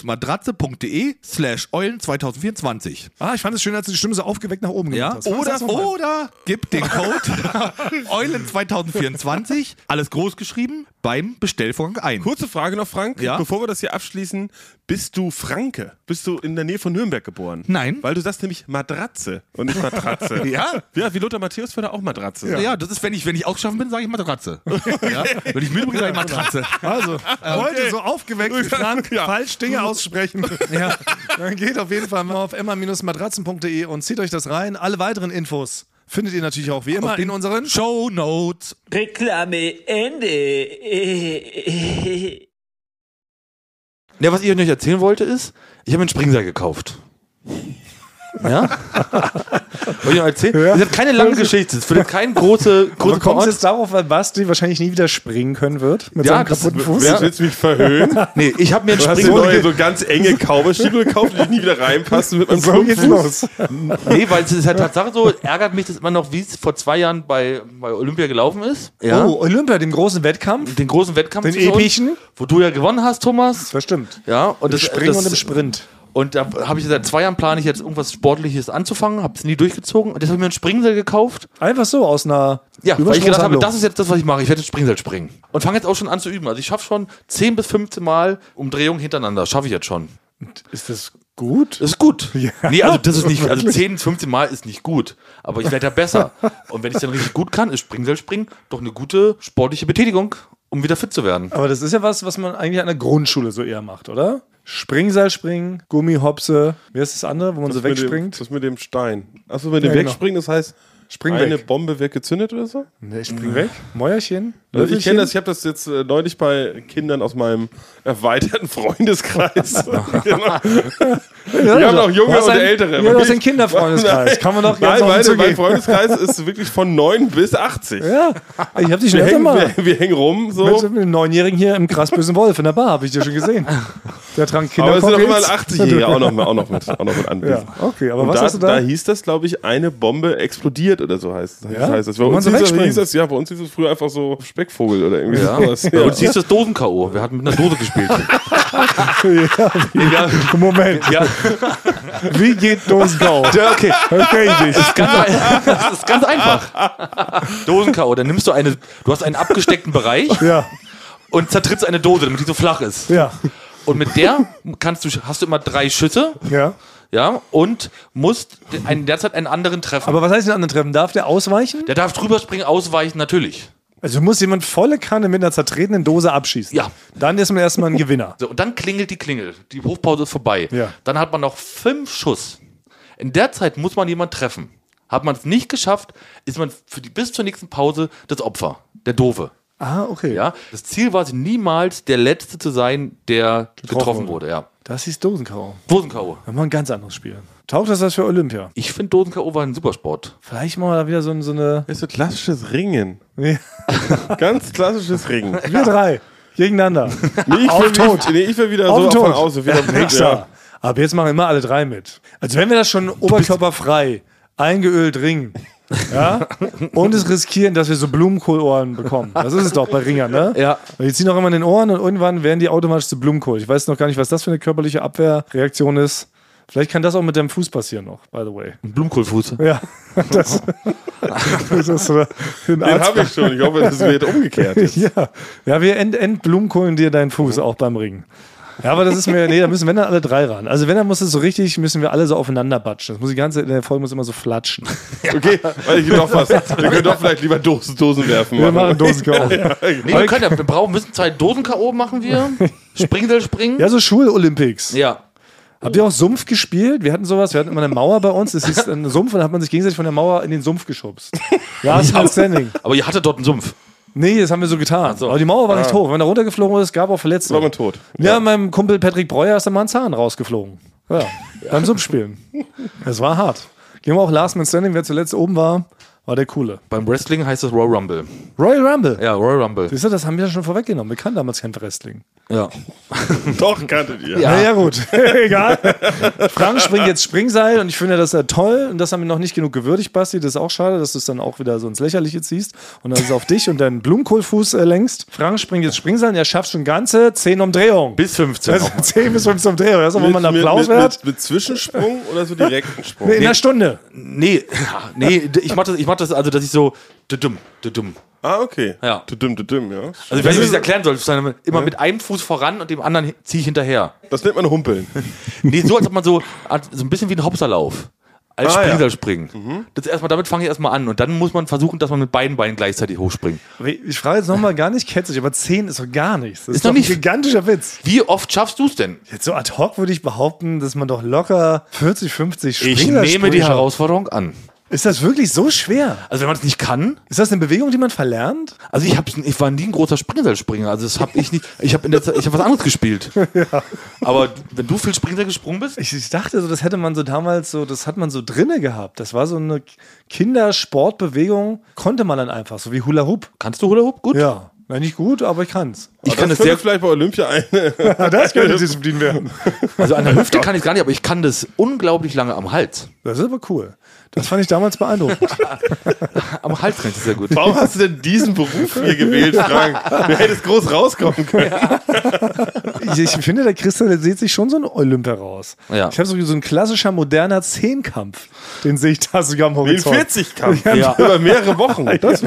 S1: emma-matratze.de slash eulen 2024.
S2: Ah, ich fand es schön, als du die Stimme so aufgeweckt nach oben
S1: Ja,
S2: gemacht hast.
S1: oder,
S2: Sag's noch mal.
S1: oder gib den Code Eulen2024, alles groß geschrieben, beim Bestellvorgang ein.
S3: Kurze Frage noch, Frank.
S1: Ja?
S3: Bevor wir das hier abschließen, bist du Franke? Bist du in der Nähe von Nürnberg geboren?
S1: Nein.
S3: Weil du sagst nämlich Matratze und nicht Matratze.
S1: Ja?
S3: Ja, wie Lothar Matthäus würde auch Matratze sagen.
S1: Ja, das ist, wenn ich, wenn ich ausgeschaffen bin, sage ich Matratze. ja? Wenn ich müde bin, sage ich Matratze. Ähm,
S2: Also, heute so aufgeweckt wie Frank, falsch Dinge aussprechen. ja. Dann geht auf jeden Fall mal auf emma-matratzen.de und zieht euch das rein. Alle weiteren Infos findet ihr natürlich auch wie immer in unseren
S1: Show Notes.
S5: Reklame Ende. Äh, äh.
S1: Ja, was ich euch nicht erzählen wollte, ist, ich habe mir einen Springseil gekauft. Ja? Wollte ich noch erzählen? Das hat keine lange
S3: Also-
S1: Geschichte. Es findet kein große, große
S2: darauf, weil Basti wahrscheinlich nie wieder springen können wird mit
S1: Ja, das-
S3: Wer willst du mich verhöhen?
S1: Nee, ich habe mir einen
S3: Du hast dir
S1: Springseil
S3: neue, so ganz enge Cowboy-Stiefel gekauft, die ich nie wieder reinpassen mit meinem
S2: So geht's los.
S1: Nee, weil es ist ja Tatsache so, ärgert mich das immer noch, wie es vor zwei Jahren bei, bei Olympia gelaufen ist. Ja.
S2: Oh, Olympia, den großen Wettkampf.
S1: Den großen Wettkampf
S2: Den
S1: zwischen
S2: epischen?
S1: Uns, wo du ja gewonnen hast, Thomas.
S2: Das stimmt.
S1: Ja, und
S2: Im
S1: das,
S2: Springen
S1: das,
S2: und im Sprint.
S1: Und da habe ich seit zwei Jahren plane ich jetzt irgendwas Sportliches anzufangen, habe es nie durchgezogen. Und jetzt habe ich mir ein Springseil gekauft.
S2: Einfach so aus einer
S1: Ja, weil ich gedacht habe,
S2: Übersprungshandlung.
S1: das ist jetzt das, was ich mache. Ich werde jetzt Springseil springen. Und fange jetzt auch schon an zu üben. Also ich schaffe schon 10 bis 15 Mal Umdrehungen hintereinander. Schaffe ich jetzt schon.
S2: Ist das gut?
S1: Das ist gut. Nee, also das ist nicht, also 10, 15 Mal ist nicht gut. Aber ich werde ja besser. Und wenn ich dann richtig gut kann, ist Springseil springen doch eine gute sportliche Betätigung, um wieder fit zu werden.
S2: Aber das ist ja was, was man eigentlich an der Grundschule so eher macht, oder? Springseil springen, Gummihopse. Wie ist das andere, wo man so
S3: mit dem-
S2: wegspringt?
S3: Das mit dem Stein. Achso, mit dem
S2: Ja, genau.
S3: Wegspringen, das heißt,
S2: Spring
S3: eine
S2: weg.
S3: Bombe wird gezündet oder so?
S2: Nee, ich spring weg. Mäuerchen?
S3: Also Ne, ich
S2: Löffelchen?
S3: kenne das, ich habe das jetzt äh, neulich bei Kindern aus meinem erweiterten Freundeskreis. genau.
S2: Ja,
S3: Wir haben
S2: doch.
S3: auch
S2: Also,
S3: junge
S2: Du hast
S3: und
S2: einen-
S3: ältere.
S2: Ja, du hast einen Kinderfreundeskreis. Kann man doch ganz
S3: Nein,
S2: offen
S3: meine,
S2: zugeben.
S3: mein Freundeskreis ist wirklich von 9 bis 80.
S2: Ja, ich hab dich schon
S3: Wir,
S2: öfter
S3: hängen,
S2: mal.
S3: wir, wir hängen rum so.
S2: Mit dem Neunjährigen hier im krassbösen Wolf in der Bar, habe ich dir schon gesehen. Der trank
S3: aber es sind auch
S2: Kindercocktails.
S3: immer ein 80-Jähriger auch noch, mit- auch noch mit, auch noch mit anwesend.
S2: Ja, okay, aber
S3: Und
S2: was
S3: da,
S2: hast du da?
S3: Da hieß das, glaube ich, eine Bombe explodiert oder so heißt, das heißt das. Bei
S2: Wo man
S3: uns
S2: so
S3: hieß das,
S2: wegspringt.
S3: hieß das, ja, bei uns hieß es früher einfach so Speckvogel oder irgendwie
S1: Ja.
S3: sowas.
S1: Bei uns hieß das Dosen-K.O. Wir hatten mit einer Dose gespielt.
S2: Ja, Moment.
S1: ja.
S2: Wie geht Dosenbau?
S1: okay.
S2: Okay, ich nicht.
S1: Ganz ein, das ist ganz einfach. Dosen-K.O. Dann nimmst du eine, du hast einen abgesteckten Bereich
S2: Ja,
S1: und zertrittst eine Dose, damit die so flach ist.
S2: ja,
S1: Und mit der kannst du, hast du immer drei Schüsse,
S2: ja.
S1: ja, und musst einen, derzeit einen anderen treffen.
S2: Aber was heißt denn anderen Treffen? Darf der ausweichen?
S1: der darf drüber springen, ausweichen, natürlich.
S2: Also muss jemand volle Kanne mit einer zertretenen Dose abschießen.
S1: Ja.
S2: Dann ist man erstmal ein Gewinner.
S1: So, und dann klingelt die Klingel. Die Hofpause ist vorbei.
S2: Ja.
S1: Dann hat man noch fünf Schuss. In der Zeit muss man jemanden treffen. Hat man es nicht geschafft, ist man für die, bis zur nächsten Pause das Opfer. Der Doofe.
S2: Ah, okay.
S1: Ja? Das Ziel war es, niemals der Letzte zu sein, der getroffen,
S2: Getroffen
S1: wurde. Ja.
S2: Das hieß Dosenkau.
S1: Dosen-K.O.
S2: Dann mal ein ganz anderes Spiel. Taucht das was für Olympia?
S1: Ich finde, Dosen-K.O. war ein Supersport.
S2: Vielleicht machen wir da wieder so, ein- so eine.
S3: Das ist so klassisches Ringen.
S2: Wir
S3: Ganz klassisches Ringen.
S2: drei. Gegeneinander.
S3: Nee, ich
S2: Auf
S3: will,
S2: tot.
S3: Nee, ich will wieder
S2: Auf
S3: so
S2: den Tod.
S3: Also von außen. Wieder
S2: Nächster. Aber jetzt machen immer alle drei mit. Also wenn wir das schon oberkörperfrei, eingeölt ringen, ja, und es riskieren, dass wir so Blumenkohlohren bekommen. Das ist es doch bei Ringern, ne?
S1: Ja.
S2: Weil Die ziehen auch immer in den Ohren und irgendwann werden die automatisch zu Blumenkohl. Ich weiß noch gar nicht, was das für eine körperliche Abwehrreaktion ist. Vielleicht kann das auch mit deinem Fuß passieren noch, by the way.
S1: Ein Blumenkohlfuß.
S2: Ja, das, das ist so ein
S3: Den
S2: Arzt.
S3: habe ich schon. Ich hoffe, das wird umgekehrt. jetzt.
S2: Ja, ja wir ent, entblumenkohlen dir deinen Fuß auch beim Ringen. Ja, aber das ist mir, nee, da müssen wenn dann alle drei ran. Also wenn dann muss es so richtig, müssen wir alle so aufeinander batschen. Das muss die ganze, der Folge muss immer so flatschen.
S3: Okay, weil ich noch was. Wir können doch vielleicht lieber Dosen, Dosen werfen.
S2: Wir machen Dosenkauf.
S1: Nee, wir können ja, wir brauchen, müssen zwei Dosen-K.O. machen wir. Springsel springen.
S2: Ja, so Schul-Olympics.
S1: ja.
S2: Habt ihr auch Sumpf gespielt? Wir hatten sowas, wir hatten immer eine Mauer bei uns. Es ist ein Sumpf und da hat man sich gegenseitig von der Mauer in den Sumpf geschubst. Last man halt Standing.
S1: Aber ihr hattet dort einen Sumpf.
S2: Nee, das haben wir so getan. Aber die Mauer war nicht hoch. Wenn man da runtergeflogen ist, gab auch Verletzte.
S3: War man tot.
S2: Ja, meinem Kumpel Patrick Breuer ist dann mal ein Zahn rausgeflogen. Ja, beim Sumpfspielen. Das war hart. Gehen wir auch Last Man Standing, wer zuletzt oben war, war der Coole.
S1: Beim Wrestling heißt es Royal Rumble.
S2: Royal Rumble.
S1: Ja, Royal Rumble.
S2: Siehst du, das haben wir schon vorweggenommen. Wir kannten damals kein Wrestling.
S1: Ja.
S3: Doch, kanntet ihr.
S2: Na ja, gut. Egal. Frank springt jetzt Springseil und ich finde das ja toll. Und das haben wir noch nicht genug gewürdigt, Basti. Das ist auch schade, dass du es dann auch wieder so ins Lächerliche ziehst und dann ist es auf dich und deinen Blumenkohlfuß äh, lenkst. Frank springt jetzt Springseil und er schafft schon ganze 10 Umdrehungen.
S1: Bis 15.
S2: also 10 bis 15 Umdrehungen. Das ist auch mal ein Applaus
S3: mit, mit,
S2: wert.
S3: mit, mit Zwischensprung oder so direkten Sprung?
S2: In einer Stunde.
S1: Nee, ja, nee, d- ich mach das, ich mach das also, dass ich so dumm, dumm.
S3: Ah, okay.
S1: Ja.
S3: Tudum, tudum, ja.
S1: Also ich weiß nicht, wie ich das erklären soll, sondern immer mit einem Fuß voran und dem anderen hi- zieh ich hinterher.
S3: Das nennt man Humpeln.
S1: Nee, so als ob man so, als- so ein bisschen wie ein Hopserlauf. Als
S3: Ah, ja.
S1: Springer springen. Das erstmal, damit fange ich erstmal an und dann muss man versuchen, dass man mit beiden Beinen gleichzeitig hochspringt.
S2: Aber Ich frage jetzt nochmal gar nicht ketzig, aber 10 ist doch gar nichts. Das
S1: Ist doch nicht-
S2: ein gigantischer Witz.
S1: Wie oft schaffst du es denn?
S2: Jetzt so ad hoc würde ich behaupten, dass man doch locker 40, 50
S1: Ich
S2: Springer-
S1: nehme die
S2: Springer-
S1: Herausforderung an.
S2: Ist das wirklich so schwer?
S1: Also wenn man es nicht kann,
S2: Ist das eine Bewegung, die man verlernt?
S1: also ich, hab's, ich war nie ein großer Springseilspringer, also das habe ich nicht, ich habe in der Zeit, ich habe was anderes gespielt. Aber du- wenn du viel Springseil gesprungen bist,
S2: Ich, ich dachte so, das hätte man so damals so, das hat man so drinne gehabt. Das war so eine Kindersportbewegung, konnte man dann einfach, so wie Hula Hoop.
S1: kannst du Hula Hoop gut?
S2: Ja. Nein, nicht gut, aber ich kann's.
S1: Ich kann das,
S3: könnte
S1: sehr
S3: vielleicht bei Olympia ein.
S2: das könnte Disziplin werden.
S1: also an der Hüfte kann ich gar nicht, aber ich kann das unglaublich lange am Hals.
S2: Das ist aber cool. Das fand ich damals beeindruckend.
S1: Am Hals kann ich das sehr gut.
S3: Warum hast du denn diesen Beruf hier gewählt, Frank? Du hättest groß rauskommen können.
S2: Ich, ich finde, der Christian, der sieht sich schon so ein Olymp heraus.
S1: Ja.
S2: Ich habe so, so ein klassischer, moderner Zehnkampf. Den sehe ich da sogar am
S3: Den
S2: Horizont.
S3: 40-Kampf.
S1: Ja.
S3: Über mehrere Wochen. Das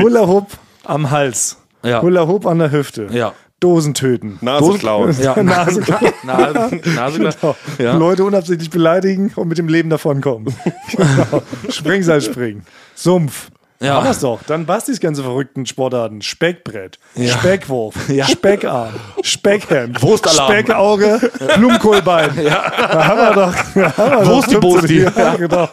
S2: Hula Hoop am Hals.
S1: Ja.
S2: Hula Hoop an der Hüfte.
S1: Ja.
S2: Dosen töten.
S3: Nase klauen.
S1: Ja.
S2: Nase,
S1: Nase, Nase
S2: genau.
S1: Ja.
S2: Leute unabsichtlich beleidigen und mit dem Leben davonkommen. genau. Springseil springen. Sumpf.
S1: Ja.
S2: Haben wir's doch. Dann was diese ganzen verrückten Sportarten. Speckbrett, Speckwurf, Speckarm, Speckhemd,
S1: Wurstalarm.
S2: Speckauge, Blumenkohlbein. Da haben wir doch. Da haben wir
S1: Wursti,
S2: doch 15
S1: Bosti.
S2: hier. Ja, genau.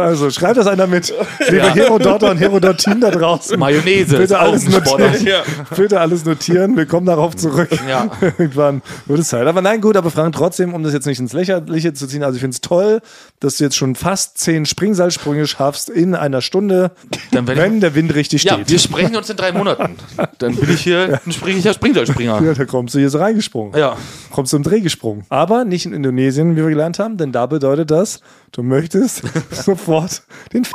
S2: Also schreibt das einer mit. Lieber Herodotter und Herodotin da draußen.
S1: Mayonnaise ist
S2: Bitte
S1: auch
S2: alles
S1: ein
S2: notieren.
S1: Sportart.
S3: Ja.
S2: Bitte alles notieren. Wir kommen darauf zurück.
S1: Ja.
S2: Irgendwann wird es Zeit. Aber nein, gut, aber Frank, trotzdem, um das jetzt nicht ins Lächerliche zu ziehen, also ich finde es toll, dass du jetzt schon fast zehn Springseilsprünge schaffst in einer Stunde,
S1: Dann werd ich-
S2: wenn der Wind richtig
S1: Ja, wir
S2: steht.
S1: sprechen uns in drei Monaten. Dann bin ich hier ein springlicher Springseilspringer.
S2: Ja, da kommst du hier so reingesprungen.
S1: Ja.
S2: Kommst du im Dreh gesprungen. Aber nicht in Indonesien, wie wir gelernt haben, denn da bedeutet das, du möchtest sofort den F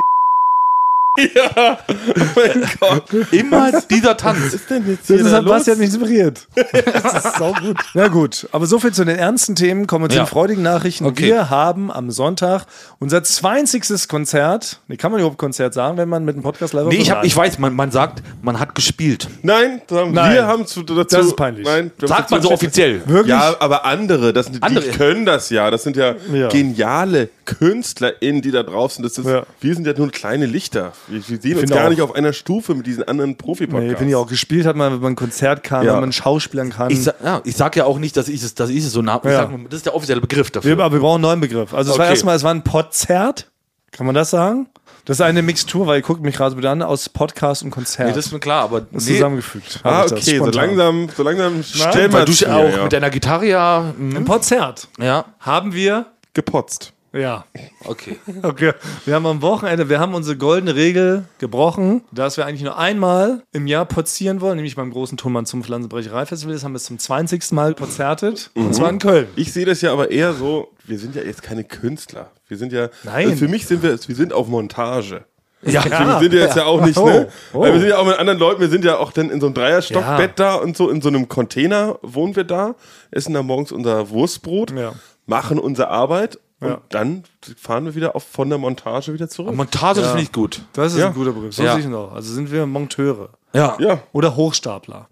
S1: Immer dieser Tanz.
S2: Das ist halt was, der hat mich inspiriert. das ist so gut. Na gut, aber so viel zu den ernsten Themen. Kommen wir zu
S1: Ja.
S2: den freudigen Nachrichten.
S1: Okay.
S2: Wir haben am Sonntag unser 20. Konzert. Nee, kann man überhaupt Konzert sagen, wenn man mit einem Podcast live auf
S1: Nee,
S2: der
S1: ich, hab,
S2: Bahn-
S1: ich weiß, man, man sagt, man hat gespielt.
S3: Nein, das haben,
S2: Nein.
S3: wir haben zu, dazu.
S2: Das ist peinlich.
S3: Nein, wir haben
S1: Sagt
S3: dazu
S1: man so
S3: entschieden-
S1: offiziell.
S2: Wirklich?
S3: Ja, aber andere, das, sind-
S1: Andere.
S3: die können das ja. Das sind ja,
S2: Ja.
S3: geniale KünstlerInnen, die da drauf sind. Das ist,
S2: Ja.
S3: Wir sind ja nur kleine Lichter. Wir, wir sehen uns
S2: finde
S3: gar
S2: auch-
S3: nicht auf einer Stufe mit diesen anderen
S2: Nee,
S3: Profi-Podcasts.
S2: wenn ihr auch gespielt hat, mal, wenn man ein Konzert kann,
S3: Ja.
S2: wenn man Schauspielern kann.
S1: Ich, sa ja, ich sag ja auch nicht, dass ich es, dass ich es so nah. Ich
S2: Ja.
S1: sag, nur, das ist der offizielle Begriff
S2: wir,
S1: dafür.
S2: aber wir brauchen einen neuen Begriff. Also es war
S1: Okay.
S2: erstmal, es war ein Podzert. Kann man das sagen? Das ist eine Mixtur, weil ihr guckt mich gerade so wieder an, aus Podcast und Konzert.
S1: nee, das ist mir klar, aber nee,
S2: zusammengefügt.
S3: ah,
S2: hab ich das
S3: okay, so
S2: spontan.
S3: langsam, so langsam stell
S1: weil
S3: mal
S1: du
S3: zu,
S1: ja auch
S3: ja.
S1: mit deiner Gitarre ja. mm,
S2: Ein Podzert
S1: Ja,
S2: haben wir,
S3: gepotzt.
S2: ja,
S1: okay.
S2: Okay. Wir haben am Wochenende, wir haben unsere goldene Regel gebrochen, dass wir eigentlich nur einmal im Jahr porzieren wollen, nämlich beim großen Tonmann zum Pflanzenbrecherei-Festival. Das haben wir zum 20. Mal porzertet, und zwar in Köln.
S3: Ich sehe das ja aber eher so, wir sind ja jetzt keine Künstler. Wir sind ja,
S2: Nein.
S3: Also für mich sind wir, wir sind auf Montage. Also
S2: Ja,
S3: wir sind ja jetzt ja, auch nicht, ne?
S2: Oh, oh.
S3: Weil wir sind ja auch mit anderen Leuten, wir sind ja auch dann in so einem Dreierstockbett da und so in so einem Container wohnen wir da, essen da morgens unser Wurstbrot,
S2: Ja.
S3: machen unsere Arbeit und
S2: Ja.
S3: dann fahren wir wieder auf, von der Montage wieder zurück.
S1: Montage, das finde ich gut.
S2: Das ist
S3: Ja.
S2: ein guter Begriff. So
S1: Ja.
S2: sehe ich ihn auch. Also sind wir Monteure.
S1: Ja.
S3: Ja,
S2: Oder Hochstapler.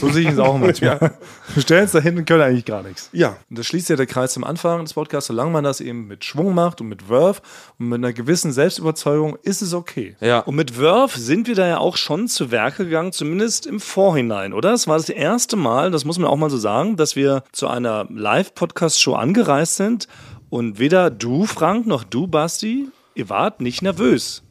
S2: So sehe ich ihn auch manchmal. Wir stellen uns da hin und können eigentlich gar nichts.
S3: ja.
S2: Und das schließt ja der Kreis zum Anfang des Podcasts. Solange man das eben mit Schwung macht und mit Verve und mit einer gewissen Selbstüberzeugung, ist es okay.
S1: Ja.
S6: Und mit Verve sind wir da ja auch schon zu Werke gegangen, zumindest im Vorhinein, oder? Es war das erste Mal, das muss man auch mal so sagen, dass wir zu einer Live-Podcast-Show angereist sind und weder du, Frank, noch du, Basti, ihr wart nicht nervös.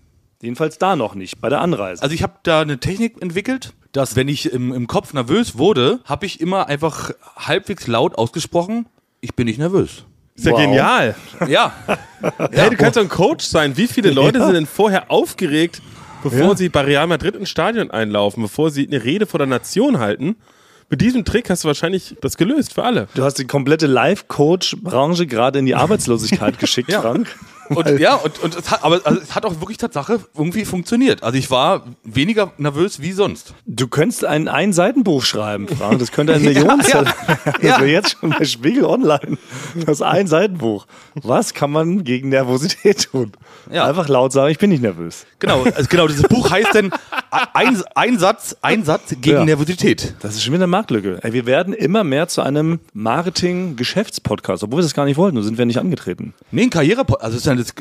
S6: Jedenfalls da noch nicht, bei der Anreise.
S1: Also ich habe da eine Technik entwickelt, dass wenn ich im, im Kopf nervös wurde, habe ich immer einfach halbwegs laut ausgesprochen, ich bin nicht nervös.
S3: Ist ja genial.
S1: Ja.
S3: Hey, du
S2: oh.
S3: kannst doch ein Coach sein. Wie viele Leute sind denn vorher aufgeregt, bevor sie bei Real Madrid ins Stadion einlaufen, bevor sie eine Rede vor der Nation halten? Mit diesem Trick hast du wahrscheinlich das gelöst für alle.
S6: du hast die komplette Live-Coach-Branche gerade in die Arbeitslosigkeit geschickt, Frank.
S1: Und ja, und, und es hat, aber also es hat auch wirklich Tatsache irgendwie funktioniert. Also ich war weniger nervös wie sonst.
S6: Du könntest ein Ein-Seiten-Buch schreiben, Frank. Das könnte ein Millionenseller. Das wäre jetzt schon bei Spiegel Online. Das Ein-Seiten-Buch. Was kann man gegen Nervosität tun?
S1: Ja.
S6: Einfach laut sagen, ich bin nicht nervös.
S1: Genau, also genau, dieses Buch heißt denn ein, ein Satz, ein Satz gegen
S6: Ja.
S1: Nervosität.
S6: Das ist schon wieder eine Marktlücke. Ey, wir werden immer mehr zu einem Marketing-Geschäftspodcast, obwohl wir das gar nicht wollten. So sind wir nicht angetreten.
S1: Nee, ein Karriere also es, ist ja, das,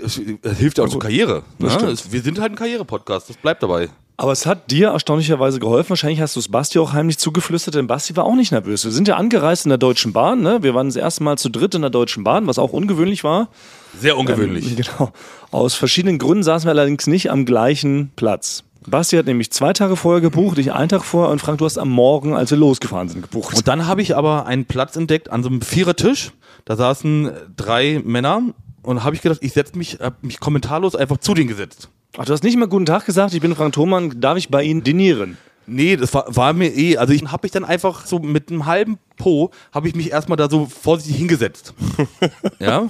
S1: es hilft ja auch zur Karriere. Ne? Es, wir sind halt ein Karriere-Podcast, das bleibt dabei.
S6: Aber es hat dir erstaunlicherweise geholfen. Wahrscheinlich hast du es Basti auch heimlich zugeflüstert, denn Basti war auch nicht nervös. Wir sind ja angereist in der Deutschen Bahn. Ne? Wir waren das erste Mal zu dritt in der Deutschen Bahn, was auch ungewöhnlich war.
S1: Sehr
S2: Ähm,
S1: ungewöhnlich.
S6: Genau. Aus verschiedenen Gründen saßen wir allerdings nicht am gleichen Platz. Basti hat nämlich zwei Tage vorher gebucht, ich einen Tag vorher und Frank, du hast am Morgen, als wir losgefahren sind, gebucht.
S1: Und dann habe ich aber einen Platz entdeckt an so einem Vierertisch. Da saßen drei Männer und habe ich gedacht, ich setze mich, habe mich kommentarlos einfach zu denen gesetzt.
S6: Ach, du hast nicht mal guten Tag gesagt, ich bin Frank Thomann, darf ich bei Ihnen dinieren?
S1: Nee, das war, war mir eh. Also ich habe mich dann einfach so mit einem halben Po habe ich mich erstmal da so vorsichtig hingesetzt. ja.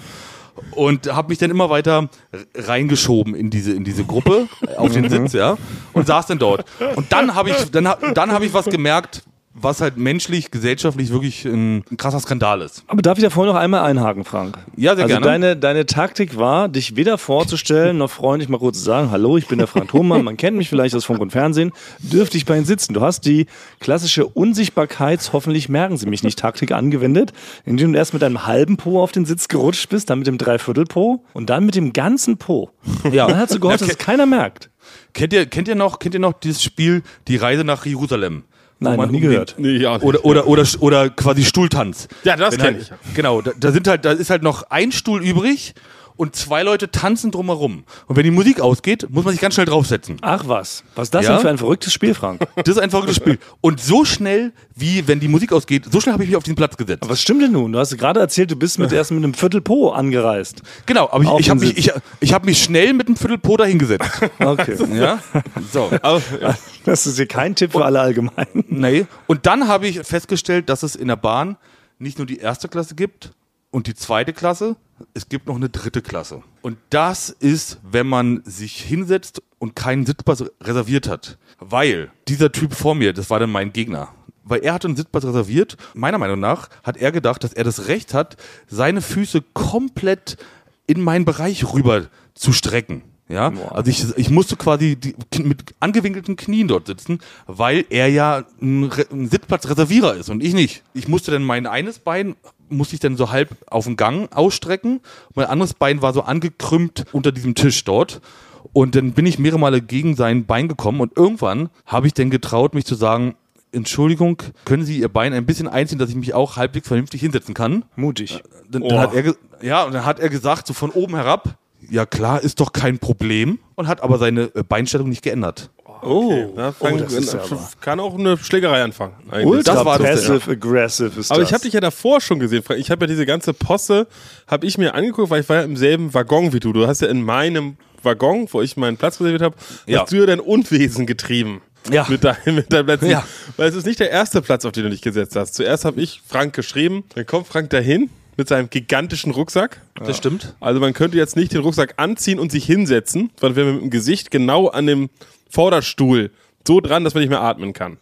S1: Und habe mich dann immer weiter reingeschoben in diese, in diese Gruppe, äh, auf
S3: Mhm.
S1: den Sitz, ja. Und saß dann dort. Und dann habe ich, dann, hab- dann hab ich was gemerkt, was halt menschlich, gesellschaftlich wirklich ein, ein krasser Skandal ist.
S2: Aber darf ich da vorher noch einmal einhaken, Frank?
S1: Ja, sehr
S2: also
S1: gerne.
S2: Deine, deine Taktik war, dich weder vorzustellen, noch freundlich mal kurz zu sagen, hallo, ich bin der Frank Thoma, man kennt mich vielleicht aus Funk und Fernsehen, dürfte ich bei Ihnen sitzen. Du hast die klassische Unsichtbarkeits-, hoffentlich merken Sie mich nicht, Taktik angewendet, indem du erst mit einem halben Po auf den Sitz gerutscht bist, dann mit dem Dreiviertel-Po und dann mit dem ganzen Po. Ja. Dann hast du gehofft, dass es keiner merkt.
S1: Kennt ihr, kennt ihr noch, kennt ihr noch dieses Spiel Die Reise nach Jerusalem? Wo
S2: Nein,
S1: man
S2: noch nie
S1: um den-
S2: gehört.
S3: Nee, ja.
S1: Oder, oder, oder, oder quasi Stuhltanz.
S3: Ja, das
S1: Wenn
S3: kenn
S1: halt, Genau, da, da sind halt, da ist halt noch ein Stuhl übrig und zwei Leute tanzen drumherum. Und wenn die Musik ausgeht, muss man sich ganz schnell draufsetzen.
S2: Ach was, was ist das
S1: Ja?
S2: denn für ein verrücktes Spiel, Frank?
S1: Das ist ein verrücktes Spiel. Und so schnell, wie wenn die Musik ausgeht, so schnell habe ich mich auf diesen Platz gesetzt.
S2: Was stimmt denn nun? Du hast gerade erzählt, du bist mit erst mit einem Viertel Po angereist.
S1: genau, aber
S2: Auf
S1: ich, ich habe
S2: den
S1: mich, ich, ich hab mich schnell mit einem Viertelpo dahingesetzt.
S2: Okay.
S1: ja? So.
S3: Aber, ja.
S2: Das ist hier kein Tipp für alle allgemein.
S1: Nee. Und dann habe ich festgestellt, dass es in der Bahn nicht nur die erste Klasse gibt und die zweite Klasse, es gibt noch eine dritte Klasse. Und das ist, wenn man sich hinsetzt und keinen Sitzplatz reserviert hat. Weil dieser Typ vor mir, das war dann mein Gegner. Weil er hatte einen Sitzplatz reserviert. Meiner Meinung nach hat er gedacht, dass er das Recht hat, seine Füße komplett in meinen Bereich rüber zu strecken. Ja, also ich, ich musste quasi die, mit angewinkelten Knien dort sitzen, weil er ja ein, Re- ein Sitzplatzreservierer ist und ich nicht. Ich musste dann mein eines Bein musste ich dann so halb auf den Gang ausstrecken. Mein anderes Bein war so angekrümmt unter diesem Tisch dort. Und dann bin ich mehrere Male gegen sein Bein gekommen und irgendwann habe ich dann getraut, mich zu sagen, Entschuldigung, können Sie Ihr Bein ein bisschen einziehen, dass ich mich auch halbwegs vernünftig hinsetzen kann?
S2: Mutig.
S1: Dann,
S7: Oh.
S1: dann hat er, ge- ja, und dann hat er gesagt, so von oben herab, ja klar, ist doch kein Problem und hat aber seine äh, Beinstellung nicht geändert.
S3: Oh, da fang,
S2: das ist ja aber-
S3: kann auch eine Schlägerei anfangen. eigentlich.
S1: Das war das
S2: Passive aggressive ist
S3: Aber
S2: das.
S3: ich habe dich ja davor schon gesehen, Frank. Ich habe ja diese ganze Posse, habe ich mir angeguckt, weil ich war ja im selben Waggon wie du. Du hast ja in meinem Waggon, wo ich meinen Platz reserviert habe,
S1: Ja.
S3: hast du ja dein Unwesen getrieben.
S1: Ja.
S3: Mit deinem, mit deinem Platz.
S1: Ja.
S3: Weil es ist nicht der erste Platz, auf den du dich gesetzt hast. Zuerst habe ich Frank geschrieben, dann kommt Frank dahin mit seinem gigantischen Rucksack.
S1: Das stimmt.
S3: Also man könnte jetzt nicht den Rucksack anziehen und sich hinsetzen, sondern wäre mit dem Gesicht genau an dem Vorderstuhl so dran, dass man nicht mehr atmen kann.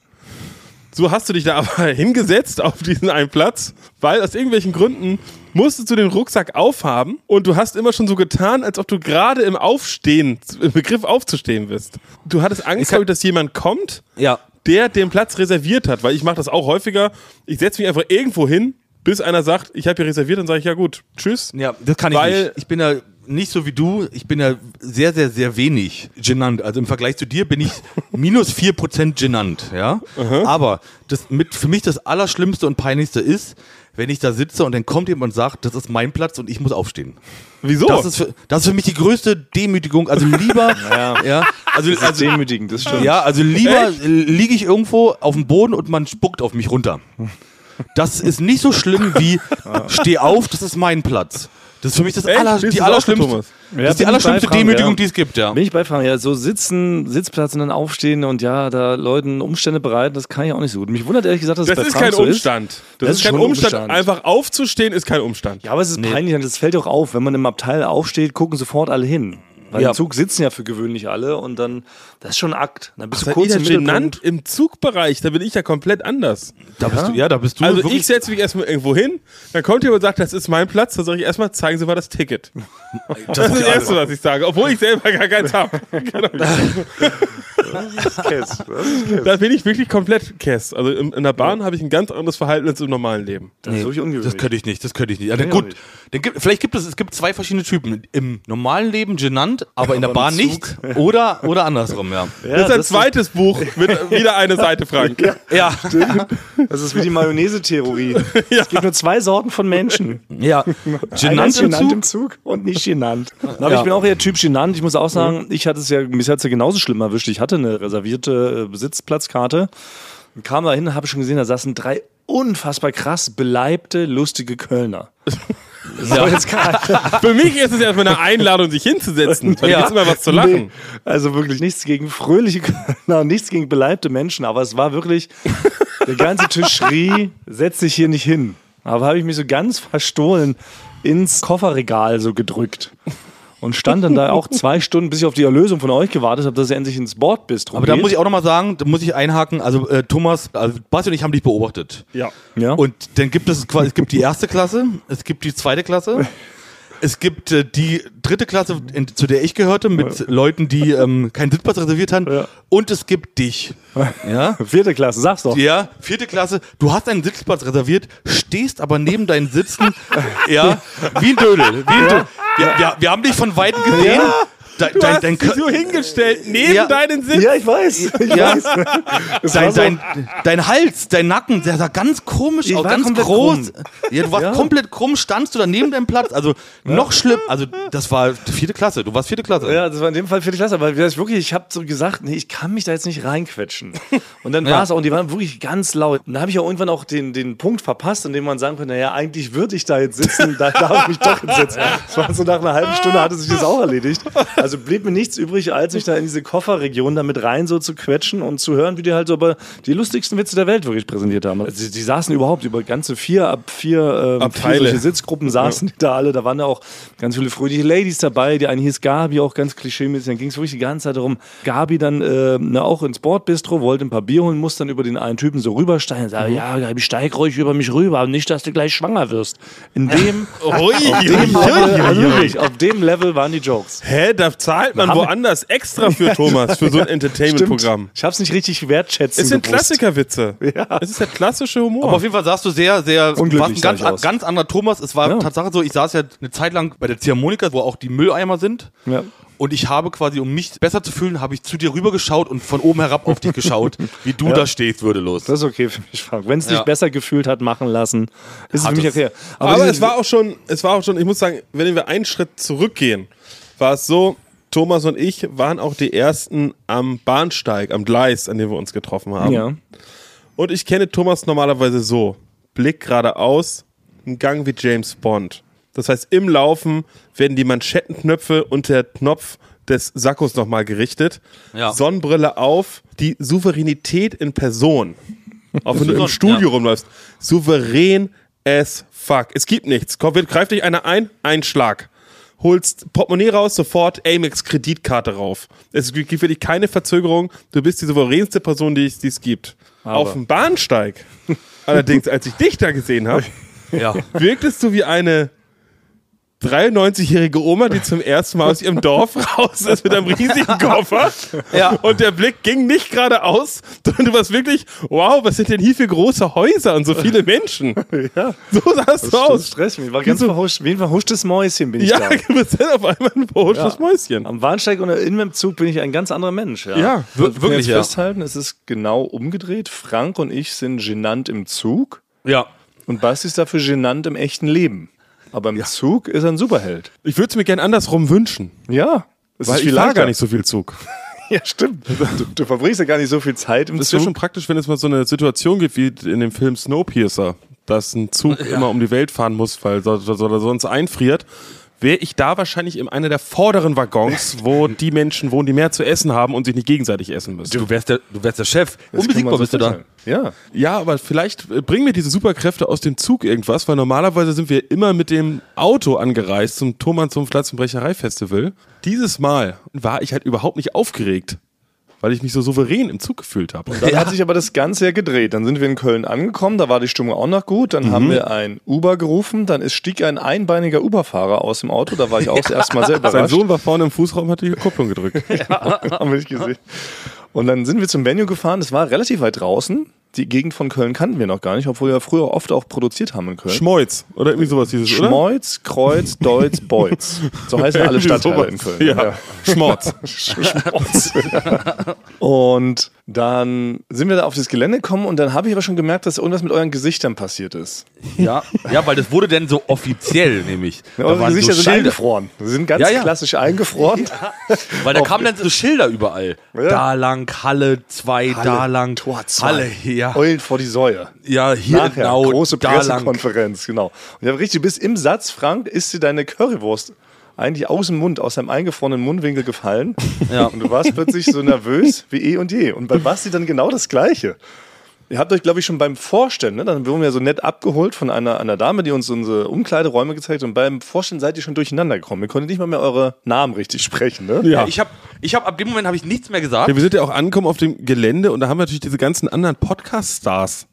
S3: So hast du dich da aber hingesetzt auf diesen einen Platz, weil aus irgendwelchen Gründen musstest du den Rucksack aufhaben und du hast immer schon so getan, als ob du gerade im Aufstehen, im Begriff aufzustehen bist. Du hattest Angst, glaube ich, dass jemand kommt,
S1: Ja.
S3: der den Platz reserviert hat, weil ich mache das auch häufiger. Ich setze mich einfach irgendwo hin, bis einer sagt, ich habe hier reserviert, dann sage ich, ja gut, tschüss.
S1: Ja, das kann ich
S3: Weil-
S1: nicht. Ich bin ja nicht so wie du, ich bin ja sehr, sehr, sehr wenig genannt. Also im Vergleich zu dir bin ich minus 4% genannt, ja. Aber das mit, für mich das Allerschlimmste und Peinlichste ist, wenn ich da sitze und dann kommt jemand und sagt, das ist mein Platz und ich muss aufstehen.
S3: Wieso?
S1: Das, ist für, das ist für mich die größte Demütigung. Also lieber, ja. also,
S2: Das ist demütigend, das stimmt.
S1: Ja, also lieber liege ich irgendwo auf dem Boden und man spuckt auf mich runter. Das ist nicht so schlimm wie steh auf, das ist mein Platz. Das ist für mich das
S3: Echt?
S1: aller,
S3: Siehst
S1: die
S3: du's auch so,
S1: allerschlimmste,
S3: Thomas?
S1: das ist die
S2: bin
S1: allerschlimmste
S2: ich bei Frank,
S1: Demütigung,
S2: ja.
S1: die es gibt, ja.
S2: Bin ich bei Frank, ja, so sitzen, Sitzplatz und dann aufstehen und ja, da Leuten Umstände bereiten, das kann ich auch nicht so gut. Mich wundert ehrlich gesagt, dass
S3: Das
S2: es bei
S3: ist
S2: Frank
S3: kein
S2: so
S3: Umstand.
S2: ist.
S3: Das, ist kein
S2: schon
S3: Umstand. Einfach aufzustehen ist kein Umstand.
S2: Ja, aber es ist peinlich, das fällt doch auf. Wenn man im Abteil aufsteht, gucken sofort alle hin. Weil
S1: Ja.
S2: im Zug sitzen ja für gewöhnlich alle und dann, das ist schon ein Akt. Dann bist
S3: Seid
S2: du kurz
S3: ihr
S2: im
S3: genannt
S2: Mittelpunkt.
S3: im Zugbereich, da bin ich ja komplett anders.
S1: Da bist du, ja, da bist du.
S3: also
S1: wirklich-
S3: ich setze mich erstmal irgendwo hin, dann kommt jemand und sagt, das ist mein Platz, dann sage ich erstmal, zeigen Sie mal das Ticket. Das, ist das Erste, was ich sage, obwohl ich selber gar keins Genau. habe. Da bin ich wirklich komplett Kess. Also in, in der Bahn habe ich ein ganz anderes Verhalten als im normalen Leben.
S2: Das ist wirklich ungewöhnlich.
S1: das könnte ich nicht, das könnte ich nicht. Ja, dann gut, dann gibt, vielleicht gibt es, es gibt zwei verschiedene Typen. Im normalen Leben genannt, aber in der Bahn nicht. Oder, oder andersrum, ja.
S2: ja,
S3: das ist ein
S2: das
S3: zweites Buch mit wieder eine Seite, Frank.
S1: Ja,
S2: Das ist wie die Mayonnaise-Theorie. Es gibt nur zwei Sorten von Menschen.
S1: ja. Genannt im Zug?
S2: Zug und nicht genannt. Mhm. Aber ich bin auch eher Typ genannt. Ich muss auch sagen, ich hatte es ja, mich hat es ja genauso schlimm erwischt. Ich hatte eine reservierte äh, Sitzplatzkarte. Und kam da hin, habe schon gesehen, da saßen drei unfassbar krass beleibte, lustige Kölner. Ja. Jetzt kein-
S3: Für mich ist es erstmal eine Einladung, sich hinzusetzen. Weil ja. jetzt immer was zu lachen.
S2: Nee, also wirklich nichts gegen fröhliche Kölner, nichts gegen beleibte Menschen, aber es war wirklich, der ganze Tisch schrie, setz dich hier nicht hin. Aber habe ich mich so ganz verstohlen ins Kofferregal so gedrückt. Und stand dann da auch zwei Stunden, bis ich auf die Erlösung von euch gewartet habe, dass ihr endlich ins Bordbistro
S7: Aber da muss ich auch nochmal sagen, da muss ich einhaken, also äh, Thomas, also Basti und ich haben dich beobachtet.
S3: Ja.
S2: Ja?
S7: Und dann gibt es quasi, es gibt die erste Klasse, es gibt die zweite Klasse, es gibt äh, die dritte Klasse, in, zu der ich gehörte, mit Leuten, die ähm, keinen Sitzplatz reserviert haben,
S2: Ja.
S7: und es gibt dich. Ja?
S2: Vierte Klasse, sag's doch.
S7: Ja, vierte Klasse, du hast einen Sitzplatz reserviert, stehst aber neben deinen Sitzen, ja, wie ein Dödel. Wie ein Dödel. Ja, wir, wir haben dich von Weitem gesehen. Dein,
S3: Du hast
S7: dein, dein,
S3: dich
S7: Kö-
S3: so hingestellt, neben
S7: Ja.
S3: deinen Sitz.
S2: ich weiß. Ich
S7: Ja.
S2: weiß. Es war
S7: dein,
S2: so-
S7: dein, dein Hals, dein Nacken, der sah ganz komisch
S2: Ich
S7: aus,
S2: war
S7: ganz
S2: komplett
S7: groß.
S2: krumm.
S7: Ja, du warst
S2: Ja.
S7: komplett krumm, standst du da neben deinem Platz. Also noch schlimm. Also das war vierte Klasse. Du warst vierte Klasse.
S2: Ja, das war in dem Fall vierte Klasse, aber das wirklich, ich habe so gesagt, nee, ich kann mich da jetzt nicht reinquetschen. Und dann war es auch, und die waren wirklich ganz laut. Und da habe ich auch irgendwann auch den, den Punkt verpasst, in dem man sagen könnte, naja, eigentlich würde ich da jetzt sitzen, da darf ich mich doch hinsetzen. Das war so nach einer halben Stunde hatte sich das auch erledigt. Also blieb mir nichts übrig, als mich da in diese Kofferregion damit rein so zu quetschen und zu hören, wie die halt so über die lustigsten Witze der Welt wirklich präsentiert haben. Also, die, die saßen überhaupt über ganze vier ab vier, ähm, vier
S3: Abteile.
S2: solche Sitzgruppen saßen die da alle. Da waren ja auch ganz viele fröhliche Ladies dabei. Die eine hieß Gabi, auch ganz klischeemäßig. Dann ging es wirklich die ganze Zeit darum. Gabi dann äh, ne, auch ins Bordbistro, wollte ein paar Bier holen, muss dann über den einen Typen so rübersteigen.
S3: Mhm.
S2: Sage, ja, Gabi, steig ruhig über mich rüber. aber Nicht, dass du gleich schwanger wirst. In dem,
S3: Ui,
S2: dem
S3: ui,
S2: Level,
S3: ui,
S2: also
S3: ui.
S2: wirklich, auf dem Level waren die Jokes.
S3: Hä, da zahlt man woanders extra für Thomas, für so ein Entertainment-Programm.
S2: Ich hab's nicht richtig wertschätzen
S3: Es sind
S2: gewusst.
S3: Klassikerwitze. Es ist der klassische Humor.
S7: Aber auf jeden Fall sahst du sehr, sehr,
S2: Unglücklich
S7: warst ein ganz,
S2: sah ich aus.
S7: ganz anderer Thomas. Es war Tatsache so, ich saß ja eine Zeit lang bei der Ziehharmonika, wo auch die Mülleimer sind.
S2: Ja.
S7: Und ich habe quasi, um mich besser zu fühlen, habe ich zu dir rüber geschaut und von oben herab auf dich geschaut, wie du da stehst, würdelos.
S2: Das ist okay für mich, Frank. Wenn es dich
S7: Ja.
S2: besser gefühlt hat, machen lassen, ist es für
S7: Hat
S2: mich
S7: es.
S2: okay.
S3: Aber
S2: diese-
S3: es war auch schon, es war auch schon, ich muss sagen, wenn wir einen Schritt zurückgehen, war es so, Thomas und ich waren auch die ersten am Bahnsteig, am Gleis, an dem wir uns getroffen haben.
S2: Ja.
S3: Und ich kenne Thomas normalerweise so. Blick geradeaus, ein Gang wie James Bond. Das heißt, im Laufen werden die Manschettenknöpfe und der Knopf des Sakkos nochmal gerichtet.
S7: Ja.
S3: Sonnenbrille auf, die Souveränität in Person. Auch wenn du im
S7: Gesund,
S3: Studio
S7: ja.
S3: rumläufst. Souverän as fuck. Es gibt nichts. Komm, wird- greift dich einer ein, ein Schlag. Holst Portemonnaie raus, sofort Amex Kreditkarte rauf. Es gibt für dich keine Verzögerung. Du bist die souveränste Person, die es, die es gibt. Auf dem Bahnsteig. Allerdings, als ich dich da gesehen habe,
S7: Ja.
S3: wirktest du wie eine 93-jährige Oma, die zum ersten Mal aus ihrem Dorf raus ist mit einem riesigen Koffer.
S7: Ja.
S3: Und der Blick ging nicht geradeaus, sondern du warst wirklich, wow, was sind denn hier für große Häuser und so viele Menschen?
S2: Ja.
S3: So sahst du
S2: Das
S3: aus.
S2: stresst mich. Ich War ganz verhuscht. Wie ein verhuschtes Mäuschen bin ich
S3: Ja,
S2: da.
S3: du bist dann auf einmal ein verhutschtes Mäuschen.
S2: Am Bahnsteig oder in meinem Zug bin ich ein ganz anderer Mensch. Ja,
S3: Ja,
S7: wir-
S2: Also, wir können jetzt
S7: wirklich, ja.
S2: festhalten, es ist genau umgedreht. Frank und ich sind genannt im Zug
S7: ja.
S2: und Basti ist dafür genannt im echten Leben. Aber im Zug ist er ein Superheld.
S3: Ich würde es mir gern andersrum wünschen,
S2: Ja. Es
S3: weil
S2: ist
S3: ich
S2: viel
S3: fahre
S2: leichter.
S3: gar nicht so viel Zug.
S2: Ja, stimmt. Du, du verbringst ja gar nicht so viel Zeit im
S3: Das wäre schon
S2: Zug.
S3: praktisch, wenn es mal so eine Situation gibt wie in dem Film Snowpiercer, dass ein Zug immer um die Welt fahren muss, weil so- so- oder sonst einfriert. Wäre ich da wahrscheinlich in einer der vorderen Waggons, wo die Menschen wohnen, die mehr zu essen haben und sich nicht gegenseitig essen müssen.
S7: Du wärst der, du wärst der Chef.
S2: Kann man
S7: Unbesiegbar
S2: so
S7: bist du da.
S2: festhalten. Ja.
S3: Ja, aber vielleicht äh, bringen mir diese Superkräfte aus dem Zug irgendwas, weil normalerweise sind wir immer mit dem Auto angereist zum Thomann zum Flatzenbrecherei-Festival. Dieses Mal war ich halt überhaupt nicht aufgeregt, weil ich mich so souverän im Zug gefühlt habe. Und
S2: Dann hat sich aber das Ganze ja gedreht. Dann sind wir in Köln angekommen, da war die Stimmung auch noch gut. Dann
S3: Mhm.
S2: haben wir ein Uber gerufen, dann ist, stieg ein einbeiniger Uber-Fahrer aus dem Auto. Da war ich auch das erste Mal sehr
S3: Sein
S2: überrascht.
S3: Sohn war vorne im Fußraum, hat die Kupplung gedrückt.
S2: haben wir nicht gesehen. Und dann sind wir zum Venue gefahren, das war relativ weit draußen. Die Gegend von Köln kannten wir noch gar nicht, obwohl wir ja früher oft auch produziert haben in Köln.
S3: Schmeutz oder irgendwie sowas dieses, oder?
S2: Schmolz, Kreuz, Deutz, Beutz. So heißen alle
S3: Irgendwie
S2: Stadtteile
S3: sowas.
S2: in Köln.
S3: Ja. Schmorz.
S2: Schmolz. Und
S6: Dann sind wir da auf das Gelände gekommen und dann habe ich aber schon gemerkt, dass irgendwas mit euren Gesichtern passiert ist.
S7: Ja. ja, weil das wurde dann so offiziell, nämlich. Da
S6: Eure
S7: waren so
S6: Gesichter sind
S7: Schilder.
S6: eingefroren. Sie sind ganz
S7: Ja, ja.
S6: klassisch eingefroren.
S7: Weil da kamen dann so Schilder überall. Da lang, Halle 2, da lang,
S6: Tor zwei.
S7: Halle, ja.
S6: Eulen vor die Säue.
S7: Ja, hier
S6: Nachher,
S7: genau,
S6: große
S7: da lang.
S6: Pressekonferenz, genau. Und ich habe richtig, bis im Satz, Frank, ist dir deine Currywurst eigentlich aus dem Mund, aus deinem eingefrorenen Mundwinkel gefallen.
S7: Ja.
S6: Und du warst plötzlich so nervös wie eh und je. Und bei Basti dann genau das Gleiche. Ihr habt euch, glaube ich, schon beim Vorstellen, ne? dann wurden wir so nett abgeholt von einer, einer Dame, die uns unsere Umkleideräume gezeigt hat. Und beim Vorstellen seid ihr schon durcheinander gekommen. Ihr konntet nicht mal mehr eure Namen richtig sprechen. Ne?
S7: Ja. Ich habe ich hab, ab dem Moment habe ich nichts mehr gesagt.
S3: Ja, wir sind ja auch angekommen auf dem Gelände und da haben wir natürlich diese ganzen anderen Podcast-Stars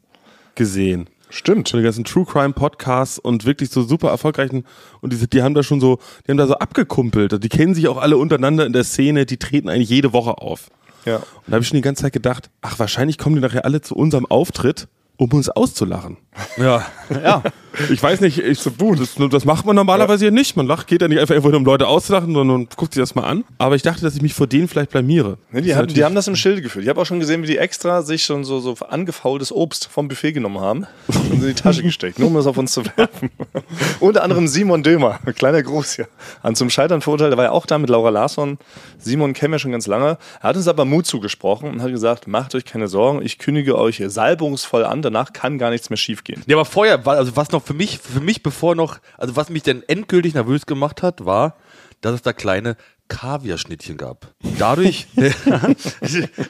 S3: gesehen. Stimmt. Die ganzen True Crime Podcasts und wirklich so super erfolgreichen und die, die haben da schon so, die haben da so abgekumpelt. Also Die kennen sich auch alle untereinander in der Szene, die treten eigentlich jede Woche auf.
S6: Ja.
S3: Und da habe ich schon die ganze Zeit gedacht, ach, wahrscheinlich kommen die nachher alle zu unserem Auftritt, um uns auszulachen.
S7: Ja.
S3: Ja. Ich weiß nicht, ich, das, das macht man normalerweise ja nicht. Man lacht, geht ja nicht einfach irgendwo, hin, um Leute auszulachen, sondern guckt sich das mal an. Aber ich dachte, dass ich mich vor denen vielleicht blamiere.
S6: Ne,
S3: Das ist
S6: die, haben, die
S3: natürlich-
S6: haben das im Schild geführt. Ich habe auch schon gesehen, wie die extra sich schon so, so angefaultes Obst vom Buffet genommen haben und in die Tasche gesteckt, nur um das auf uns zu werfen. Unter anderem Simon Dömer, kleiner Groß hier. An zum Scheitern verurteilt, der war ja auch da mit Laura Larsson. Simon kennen wir schon ganz lange. Er hat uns aber Mut zugesprochen und hat gesagt, macht euch keine Sorgen, ich kündige euch salbungsvoll an, danach kann gar nichts mehr schiefgehen.
S7: Ja, aber vorher, war, also was noch für mich, für mich bevor noch, also was mich dann endgültig nervös gemacht hat, war, dass es da kleine Kaviarschnittchen gab. Dadurch,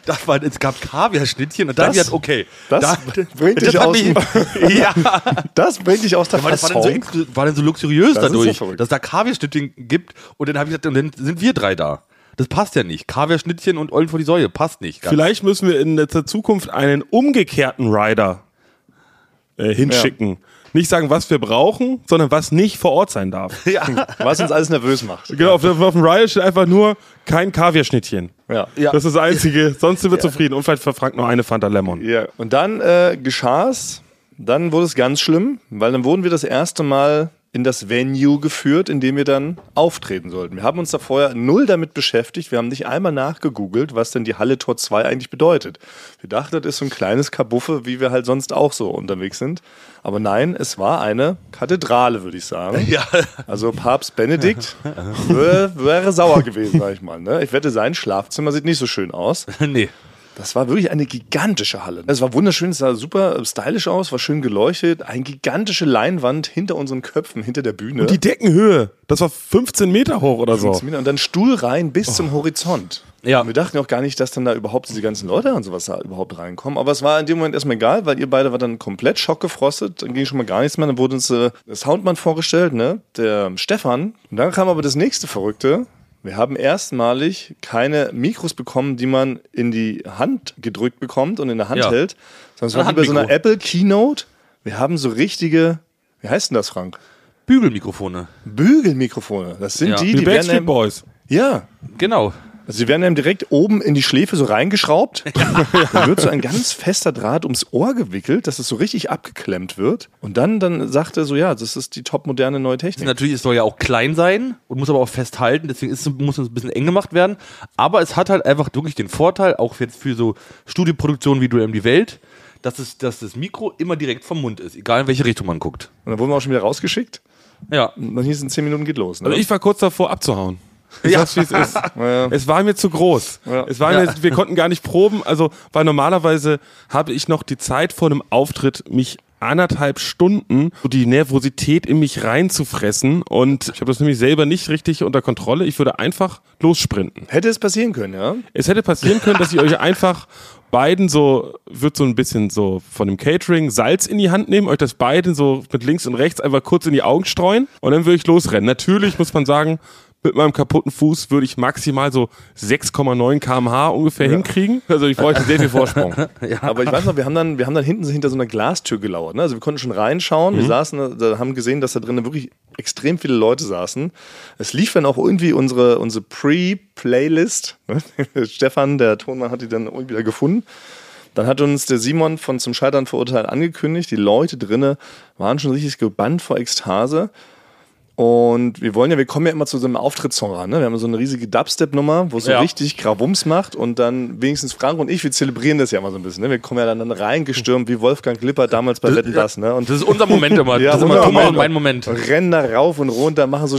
S7: das war, es gab Kaviarschnittchen und dann
S6: Das-
S7: gesagt, okay,
S6: das bringt dich
S7: hat
S6: aus dem-
S7: ja,
S6: Das bringt dich aus der
S7: aber das war dann, so,
S6: Fassung.
S7: exklu- war dann so luxuriös
S6: Das ist ja
S7: dadurch,
S6: verrückt.
S7: dass da Kaviarschnittchen gibt und dann habe ich gesagt, und dann sind wir drei da. Das passt ja nicht. Kaviarschnittchen und Eulen vor die Säue passt nicht. ganz.
S3: Vielleicht müssen wir in letzter Zukunft einen umgekehrten Rider äh, hinschicken. Nicht sagen, was wir brauchen, sondern was nicht vor Ort sein darf.
S6: Was uns alles nervös macht.
S3: Genau, auf, auf dem Rider steht einfach nur kein Kaviarschnittchen.
S6: Ja.
S3: Das ist das Einzige. Sonst sind wir zufrieden. Und vielleicht verfrankt noch eine Fanta Lemon.
S6: Ja. Und dann äh, geschah es, dann wurde es ganz schlimm, weil dann wurden wir das erste Mal in das Venue geführt, in dem wir dann auftreten sollten. Wir haben uns da vorher null damit beschäftigt. Wir haben nicht einmal nachgegoogelt, was denn die Halle Tor 2 eigentlich bedeutet. Wir dachten, das ist so ein kleines Kabuffe, wie wir halt sonst auch so unterwegs sind. Aber nein, es war eine Kathedrale, würde ich sagen.
S7: Ja.
S6: Also Papst Benedikt wär- wäre sauer gewesen, sag ich mal. Ne? Ich wette, sein Schlafzimmer sieht nicht so schön aus.
S7: nee.
S6: Das war wirklich eine gigantische Halle. Es war wunderschön, es sah super äh, stylisch aus, war schön geleuchtet. Eine gigantische Leinwand hinter unseren Köpfen, hinter der Bühne.
S3: Die Deckenhöhe, das war 15 Meter hoch oder so.
S6: und dann Stuhlreihen bis zum Horizont.
S7: Ja.
S6: Und wir dachten auch gar nicht, dass dann da überhaupt diese ganzen Leute und sowas da überhaupt reinkommen. Aber es war in dem Moment erstmal egal, weil ihr beide war dann komplett schockgefrostet. Dann ging schon mal gar nichts mehr. Dann wurde uns äh, der Soundmann vorgestellt, ne? Der Stefan. Und dann kam aber das nächste Verrückte. Wir haben erstmalig keine Mikros bekommen, die man in die Hand gedrückt bekommt und in der Hand
S7: Ja.
S6: hält, sondern es
S7: Ein
S6: war wie bei so einer
S7: Handmikro.
S6: Apple Keynote. Wir haben so richtige, wie heißt denn das, Frank?
S7: Bügelmikrofone.
S6: Bügelmikrofone. Das sind
S7: Ja.
S6: die,
S3: Die
S6: die werden
S3: Backstreet
S6: einem,
S3: Boys.
S6: ja,
S7: Genau.
S6: also sie werden einem direkt oben in die Schläfe so reingeschraubt. Dann wird so ein ganz fester Draht ums Ohr gewickelt, dass es so richtig abgeklemmt wird. Und dann, dann sagt er so, ja, das ist die topmoderne neue Technik.
S7: Natürlich, es soll ja auch klein sein und muss aber auch festhalten, deswegen ist, muss es ein bisschen eng gemacht werden. Aber es hat halt einfach wirklich den Vorteil, auch jetzt für so Studioproduktionen wie Duell um die Welt, dass, es, dass das Mikro immer direkt vom Mund ist, egal in welche Richtung man guckt.
S6: Und dann wurden wir auch schon wieder rausgeschickt.
S7: Ja.
S6: Und dann hieß es, in 10 Minuten geht los. Ne?
S3: Also ich war kurz davor abzuhauen. Ich sag's, wie es ist. Es war mir zu groß. Es war mir, Wir konnten gar nicht proben. Also, weil normalerweise habe ich noch die Zeit vor einem Auftritt, mich anderthalb Stunden so die Nervosität in mich reinzufressen. Und ich habe das nämlich selber nicht richtig unter Kontrolle. Ich würde einfach lossprinten.
S6: Hätte es passieren können, ja?
S3: Es hätte passieren können, dass ich euch einfach beiden so, wird so ein bisschen so von dem Catering Salz in die Hand nehmen, euch das beiden so mit links und rechts einfach kurz in die Augen streuen und dann würde ich losrennen. Natürlich muss man sagen, mit meinem kaputten Fuß würde ich maximal so 6,9 kmh ungefähr hinkriegen. Also ich bräuchte sehr viel Vorsprung.
S6: Aber ich weiß noch, wir haben dann, wir haben dann hinten hinter so einer Glastür gelauert. Ne? Also wir konnten schon reinschauen. Wir saßen, da- da haben gesehen, dass da drinnen wirklich extrem viele Leute saßen. Es lief dann auch irgendwie unsere, unsere Pre-Playlist. Ne? Stefan, der Tonmann, hat die dann irgendwie wieder gefunden. Dann hat uns der Simon von zum Scheitern verurteilt angekündigt. Die Leute drinnen waren schon richtig gebannt vor Ekstase. Und wir wollen ja, wir kommen ja immer zu so einem Auftrittssong ran. Ne? Wir haben so eine riesige Dubstep-Nummer, wo es so
S1: Ja.
S6: richtig Krawums macht. Und dann wenigstens Frank und ich, wir zelebrieren das ja immer so ein bisschen. Ne? Wir kommen ja dann, dann reingestürmt, wie Wolfgang Lippert damals bei Wetten, das. Ne? Und
S1: Das ist unser Moment immer.
S6: Ja,
S1: das ist immer
S6: unser
S1: Thomas
S6: Moment.
S1: und mein Moment.
S6: rennen da rauf und runter, machen so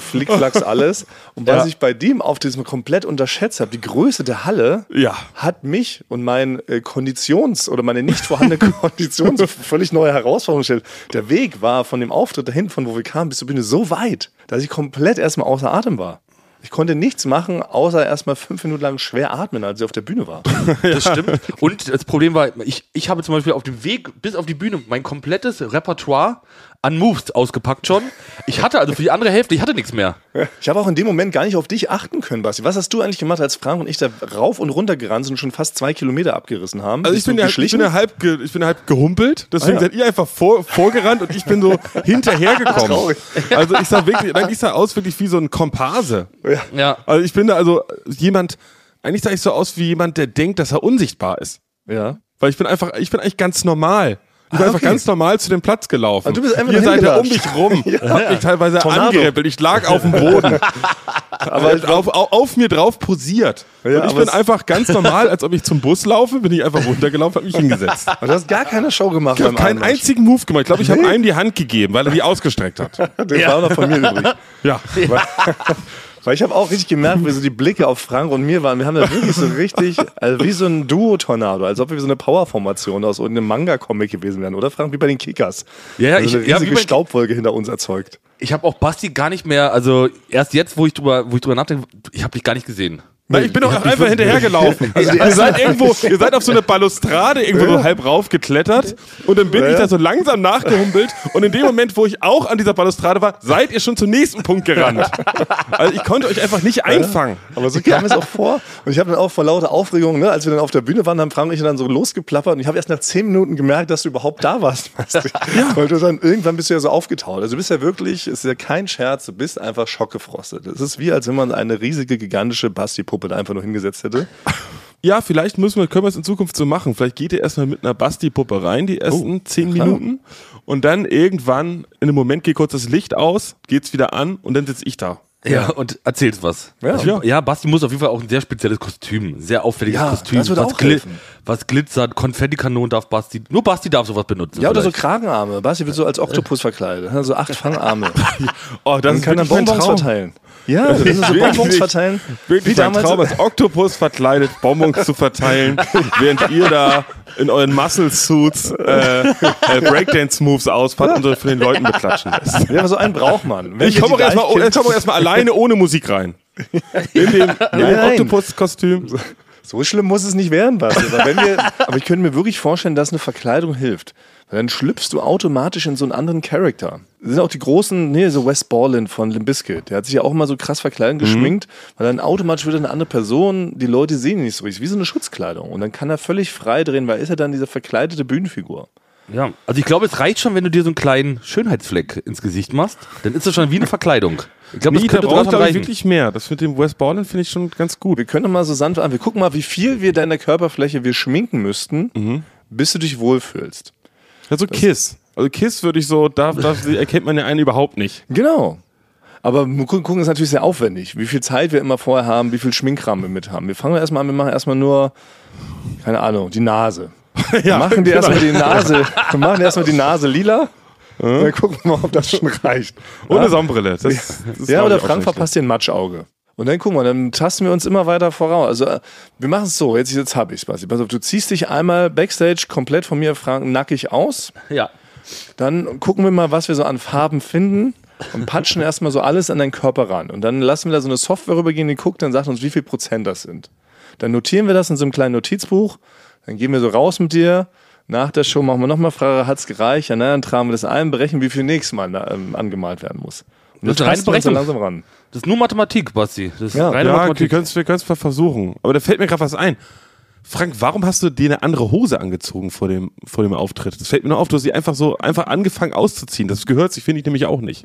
S6: Flickflacks, alles. Und was ich bei dem Auftritt mal komplett unterschätzt habe, die Größe der Halle
S3: Ja.
S6: hat mich und mein äh, Konditions- oder meine nicht vorhandene Kondition so völlig neue Herausforderungen gestellt. Der Weg war von dem Auftritt dahin, von wo wir kamen, bis zur Bühne so weit, dass ich komplett erstmal außer Atem war. Ich konnte nichts machen, außer erstmal fünf Minuten lang schwer atmen, als ich auf der Bühne war.
S1: Das stimmt. Und das Problem war, ich, ich habe zum Beispiel auf dem Weg bis auf die Bühne mein komplettes Repertoire an Moves ausgepackt schon. Ich hatte also für die andere Hälfte, ich hatte nichts mehr.
S6: Ich habe auch in dem Moment gar nicht auf dich achten können, Basti. Was hast du eigentlich gemacht, als Frank und ich da rauf und runter gerannt sind und schon fast zwei Kilometer abgerissen haben?
S3: Also ich
S6: Bist du
S3: bin, ja, ich
S6: geschlichen? Ah,
S3: bin ja halb ge, ich bin halb gehumpelt, deswegen seid ihr einfach vor, vorgerannt und ich bin so hinterhergekommen. Also ich sah wirklich, nein, ich sah aus wirklich wie so ein Komparse.
S1: Ja.
S3: Also ich bin da also jemand, eigentlich sah ich so aus wie jemand, der denkt, dass er unsichtbar ist.
S6: ja.
S3: Weil ich bin einfach, ich bin eigentlich ganz normal. Ich bin einfach ganz normal zu dem Platz gelaufen.
S6: Ah, du bist einfach
S3: Ihr seid ja um mich
S6: hingelatscht.
S3: rum. Habt mich teilweise
S6: Tornado.
S3: angerippelt. Ich lag auf dem Boden. aber drauf, auf, auf mir drauf posiert.
S6: Ja,
S3: und ich
S6: aber
S3: bin
S6: es-
S3: einfach ganz normal, als ob ich zum Bus laufe, bin ich einfach runtergelaufen, habe mich hingesetzt.
S6: Aber du hast gar keine Show gemacht.
S3: Ich habe
S6: beim
S3: keinen
S6: Einmarsch.
S3: einzigen Move gemacht. Ich glaube, ich habe einem die Hand gegeben, weil er die ausgestreckt hat.
S6: Das war noch von mir übrig.
S3: Ja.
S6: Weil ich habe auch richtig gemerkt, wie so die Blicke auf Frank und mir waren. Wir haben da wirklich so richtig, also wie so ein Duo-Tornado, als ob wir so eine Power-Formation aus irgendeinem Manga-Comic gewesen wären, oder Frank? Wie bei den Kickers.
S1: Ja, ja,
S6: also eine
S1: ich- ja,
S6: riesige
S1: wie bei-
S6: Staubwolke hinter uns erzeugt.
S1: Ich habe auch Basti gar nicht mehr, also erst jetzt, wo ich drüber, wo ich drüber nachdenke, ich habe dich gar nicht gesehen.
S3: Nein, ich bin auch einfach hinterhergelaufen. Also ihr seid irgendwo, ihr seid auf so eine Balustrade irgendwo so halb raufgeklettert und dann bin ich da so langsam nachgehumpelt und in dem Moment, wo ich auch an dieser Balustrade war, seid ihr schon zum nächsten Punkt gerannt. Also ich konnte euch einfach nicht einfangen.
S6: Aber so kam es auch vor. Und ich habe dann auch vor lauter Aufregung, ne, als wir dann auf der Bühne waren, haben Frank und ich dann so losgeplappert. Und ich habe erst nach zehn Minuten gemerkt, dass du überhaupt da warst. Basti. Weil du dann irgendwann bist du ja so aufgetaut. Also du bist ja wirklich, es ist ja kein Scherz, du bist einfach schockgefrostet. Es ist wie, als wenn man eine riesige, gigantische Basti-Puppe da einfach nur hingesetzt hätte.
S3: Ja, vielleicht müssen wir, können wir es in Zukunft so machen. Vielleicht geht ihr erstmal mit einer Basti-Puppe rein, die ersten zehn Minuten. Und dann irgendwann, in einem Moment geht kurz das Licht aus, geht's wieder an und dann sitze ich da.
S1: Ja, und erzählst was.
S3: Ja.
S1: ja, Basti muss auf jeden Fall auch ein sehr spezielles Kostüm, ein sehr auffälliges
S6: Ja,
S1: Kostüm.
S6: das würde
S1: was,
S6: auch
S1: gli-
S6: helfen.
S1: was glitzert, Konfettikanonen darf Basti, nur Basti darf sowas benutzen.
S6: Ja, oder so
S1: vielleicht.
S6: Kragenarme. Basti wird so als Oktopus verkleidet. ne, So acht Fangarme.
S3: Oh, das
S6: Und
S3: wirklich
S6: kann dann
S3: mein
S6: Bonbons
S3: Traum.
S6: verteilen. Ja, das ist so
S3: Wirklich.
S6: Bonbons verteilen.
S3: Wirklich mein Traum als Oktopus verkleidet, Bonbons zu verteilen, während ihr da in euren Muscle Suits äh, äh, Breakdance Moves auspackt und so von den Leuten beklatschen lässt.
S6: Ja, aber so einen braucht man. Wenn
S3: Ich
S6: wir
S3: komme auch
S6: die
S3: erstmal
S6: Deichkind-
S3: erst erstmal alleine ohne Musik rein. In dem, in dem
S6: Nein.
S3: Oktopus-Kostüm.
S6: So schlimm muss es nicht werden, Basti. Aber, wenn wir, aber ich könnte mir wirklich vorstellen, dass eine Verkleidung hilft. Weil dann schlüpfst du automatisch in so einen anderen Charakter. Das sind auch die großen, nee, so Wes Borland von Limbiskit. Der hat sich ja auch mal so krass verkleidet und geschminkt, weil dann automatisch wird er eine andere Person, die Leute sehen ihn nicht so richtig. Wie so eine Schutzkleidung. Und dann kann er völlig frei drehen, weil ist er dann diese verkleidete Bühnenfigur.
S1: Ja, also ich glaube, es reicht schon, wenn du dir so einen kleinen Schönheitsfleck ins Gesicht machst, dann ist das schon wie eine Verkleidung. Ich glaube,
S3: Nee,
S1: das
S3: da
S1: könnte
S3: braucht
S1: draußen
S3: glaube ich
S1: reichen.
S3: wirklich mehr. Das mit dem West Borland finde ich schon ganz gut.
S6: Wir können doch mal so sanft an. Wir gucken mal, wie viel wir da in der Körperfläche wir schminken müssten, bis du dich wohlfühlst.
S3: Also Kiss. Also Kiss würde ich so, da, da erkennt man ja einen überhaupt nicht.
S6: Genau. Aber mu- gu- gucken ist natürlich sehr aufwendig, wie viel Zeit wir immer vorher haben, wie viel Schminkkram wir mit haben. Wir fangen erstmal an, wir machen erstmal nur, keine Ahnung, die Nase. Wir machen dir erstmal die Nase, wir machen dir erstmal die Nase lila. Und dann gucken wir mal, ob das schon reicht.
S3: Ohne Sonnenbrille. Das, das ist,
S6: Ja,
S3: glaub
S6: oder
S3: ich, auch
S6: Frank
S3: nicht schlecht.
S6: verpasst dir ein Matschauge. Und dann guck mal, dann tasten wir uns immer weiter voraus. Also äh, wir machen es so, jetzt, jetzt hab ich's, Basti. Pass auf, du ziehst dich einmal Backstage komplett von mir, Frank, nackig aus.
S1: Ja.
S6: Dann gucken wir mal, was wir so an Farben finden und patschen erstmal so alles an deinen Körper ran. Und dann lassen wir da so eine Software rübergehen, die guckt, dann sagt uns, wie viel Prozent das sind. Dann notieren wir das in so einem kleinen Notizbuch, dann gehen wir so raus mit dir. Nach der Show machen wir nochmal Frage, hat's gereicht? Ja, na, dann tragen wir das ein, berechnen, wie viel nächstes Mal ähm, angemalt werden muss. Und
S1: Das ist
S6: dann
S1: eine
S6: tasten wir uns
S1: Berechnung.
S6: dann langsam ran.
S1: Das ist nur Mathematik, Basti. Das ist
S6: Ja,
S1: reine
S3: Ja, wir
S1: Mathematik.
S3: können es wir können's mal versuchen. Aber da fällt mir gerade was ein. Frank, warum hast du dir eine andere Hose angezogen vor dem, vor dem Auftritt? Das fällt mir nur auf, du hast sie einfach so einfach angefangen auszuziehen. Das gehört sich, finde ich nämlich auch nicht.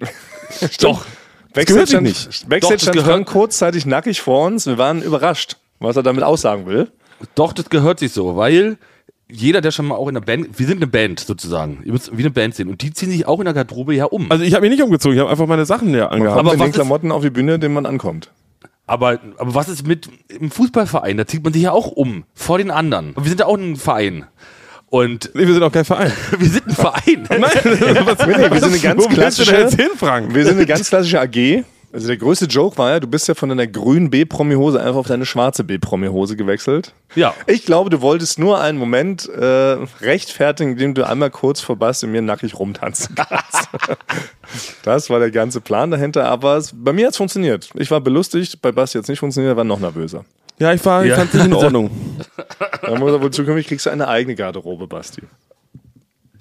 S1: Doch.
S3: gehört sich
S6: stand-
S3: nicht.
S6: Backstage
S1: Doch, das
S6: stand
S1: gehört-
S6: Frank kurzzeitig nackig vor uns. Wir waren überrascht, was er damit aussagen will.
S1: Doch, das gehört sich so, weil
S7: jeder, der schon mal auch in einer Band, wir sind eine Band sozusagen, ihr müsst wie eine Band sehen und die ziehen sich auch in der Garderobe ja um.
S3: Also ich habe mich nicht umgezogen, ich habe einfach meine Sachen leer angehabt.
S7: Aber
S6: Aber in
S7: was
S6: den
S7: ist-
S6: Klamotten auf die Bühne, denen man ankommt.
S7: Aber, aber was ist mit im Fußballverein? Da zieht man sich ja auch um, vor den anderen. Und wir sind ja auch ein Verein. Und
S3: nee, wir sind auch kein Verein.
S7: wir sind ein Verein.
S3: was,
S6: Nee, wir sind eine ganz
S3: Wo willst du
S6: klassische-
S3: denn jetzt hin, Frank?
S6: Wir sind eine ganz klassische AG. Also der größte Joke war ja, du bist ja von deiner grünen B-Promi-Hose einfach auf deine schwarze B-Promi-Hose gewechselt.
S7: Ja.
S6: Ich glaube, du wolltest nur einen Moment äh, rechtfertigen, indem du einmal kurz vorbeist und mir nackig rumtanzen kannst. das war der ganze Plan dahinter, aber es, bei mir hat es funktioniert. Ich war belustigt, bei Basti hat es nicht funktioniert, er war noch nervöser.
S3: Ja, ich war, ich fand's nicht in Ordnung.
S6: Dann muss er wohl zukünftig kriegst du eine eigene Garderobe, Basti.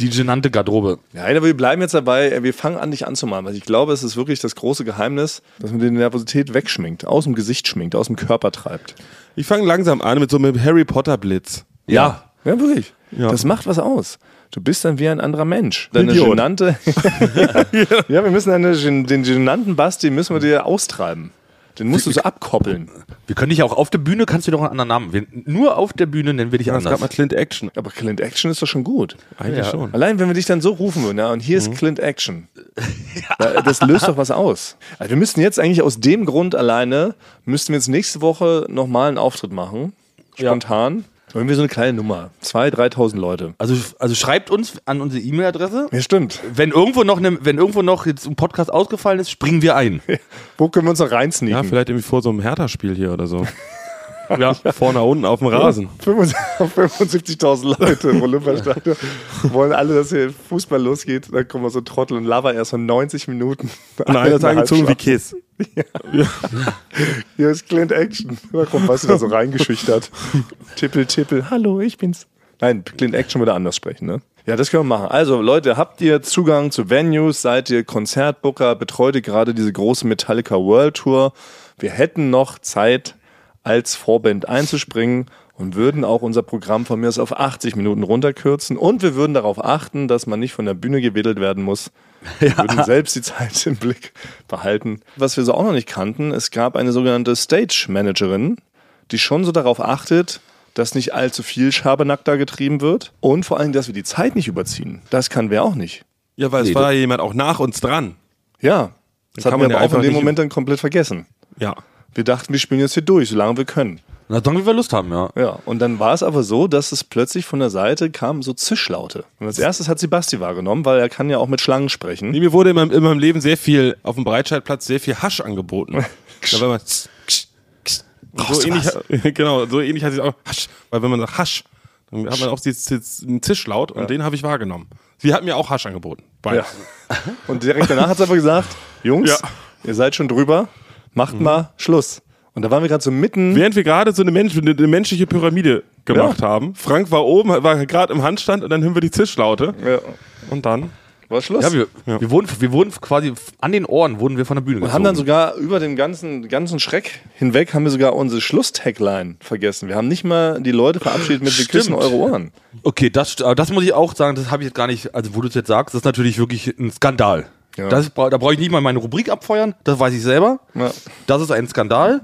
S7: Die genannte Garderobe.
S6: Nein, aber wir bleiben jetzt dabei. Äh, Wir fangen an, dich anzumalen. Weil ich glaube, es ist wirklich das große Geheimnis, dass man die Nervosität wegschminkt, aus dem Gesicht schminkt, aus dem Körper treibt.
S3: Ich fange langsam an mit so einem Harry Potter Blitz.
S7: Ja.
S6: Ja, wirklich.
S3: Ja.
S6: Das macht was aus. Du bist dann wie ein anderer Mensch. Deine
S3: Idiot.
S6: genannte. ja, wir müssen deine, gen- den genannten Basti müssen wir dir austreiben. Den musst du so abkoppeln.
S7: Wir können dich ja auch auf der Bühne, kannst du dir doch einen anderen Namen. Wir, nur auf der Bühne nennen wir dich
S3: Das gab
S7: anders.
S3: mal Clint Action.
S6: Aber Clint Action ist doch schon gut.
S3: Eigentlich schon. Mhm.
S6: Allein, wenn wir dich dann so rufen würden, ja, und hier ist Clint Action. Da- Das löst doch was aus. Also wir müssten jetzt eigentlich aus dem Grund alleine, müssten wir jetzt nächste Woche nochmal einen Auftritt machen. Spontan. Irgendwie so eine kleine Nummer. 2.000, 3.000 Leute.
S7: Also, also schreibt uns an unsere E-Mail-Adresse.
S6: Ja, stimmt.
S7: Wenn irgendwo noch ne, wenn irgendwo noch jetzt ein Podcast ausgefallen ist, springen wir ein.
S6: Wo können wir uns noch
S3: Ja,
S6: reinsneaken?
S3: vielleicht irgendwie vor so einem Hertha-Spiel hier oder so. Mhm. ja, vorne unten auf dem Rasen.
S6: 75.000 Leute im Olympiastadion wollen alle, dass hier Fußball losgeht. Dann kommen wir so Trottel und Lava erst von 90 Minuten.
S3: Und einer ist angezogen wie Kiss.
S6: Hier ist Clint Action. Da kommt was da so reingeschüchtert. tippel, tippel. Hallo, ich bin's. Nein, Clint Action würde anders sprechen, ne? Ja, das können wir machen. Also, Leute, habt ihr Zugang zu Venues? Seid ihr Konzertbooker? Betreut ihr gerade diese große Metallica World Tour? Wir hätten noch Zeit, als Vorband einzuspringen und würden auch unser Programm von mir aus auf 80 Minuten runterkürzen. Und wir würden darauf achten, dass man nicht von der Bühne gewedelt werden muss. Wir würden selbst die Zeit im Blick behalten. Was wir so auch noch nicht kannten, es gab eine sogenannte Stage Managerin, die schon so darauf achtet, dass nicht allzu viel Schabernack da getrieben wird und vor allem, dass wir die Zeit nicht überziehen. Das kann wer auch nicht.
S3: Ja, weil es war ja jemand auch nach uns dran.
S6: Ja, das
S3: Dann
S6: haben
S3: kann man
S6: wir aber
S3: ja
S6: auch in
S3: einfach
S6: dem
S3: nicht-
S6: Moment dann komplett vergessen.
S3: Ja.
S6: Wir dachten, wir spielen jetzt hier durch, solange wir können.
S7: Na, dann, wie wir Lust haben, ja.
S6: Ja, und dann war es aber so, dass es plötzlich von der Seite kamen so Zischlaute. Und als erstes hat sie Basti wahrgenommen, weil er kann ja auch mit Schlangen sprechen.
S3: Nee, mir wurde in meinem, in meinem Leben sehr viel, auf dem Breitscheidplatz sehr viel Hasch angeboten. da war man, so ähnlich, genau, so ähnlich hat sich auch Hasch, weil wenn man sagt Hasch, dann hat man auch dieses, dieses, einen Zischlaut und den habe ich wahrgenommen. Sie hat mir auch Hasch angeboten.
S6: Ja.
S3: Beides.
S6: Und direkt danach hat sie aber gesagt, Jungs,
S3: Ja. Mhm.
S6: ihr seid schon drüber, macht mal Schluss. Und da waren wir gerade so mitten.
S3: Während wir gerade so eine, Mensch, eine, eine menschliche Pyramide gemacht
S6: Ja.
S3: haben, Frank war oben, war gerade im Handstand und dann hören wir die Zischlaute
S6: Ja,
S3: und dann
S6: war Schluss.
S7: Ja, wir, Wir, wurden, wir wurden quasi an den Ohren wurden wir von der Bühne
S6: Und haben dann sogar über den ganzen, ganzen Schreck hinweg haben wir sogar unsere Schlusstagline vergessen. Wir haben nicht mal die Leute verabschiedet mit wir küssen
S7: Stimmt.
S6: eure Ohren.
S7: Okay, das, st- aber das muss ich auch sagen, das habe ich jetzt gar nicht, also wo du es jetzt sagst, das ist natürlich wirklich ein Skandal.
S6: Ja.
S7: Das, bra- da brauche ich nicht mal meine Rubrik abfeuern, das weiß ich selber.
S6: Ja.
S7: Das ist ein Skandal,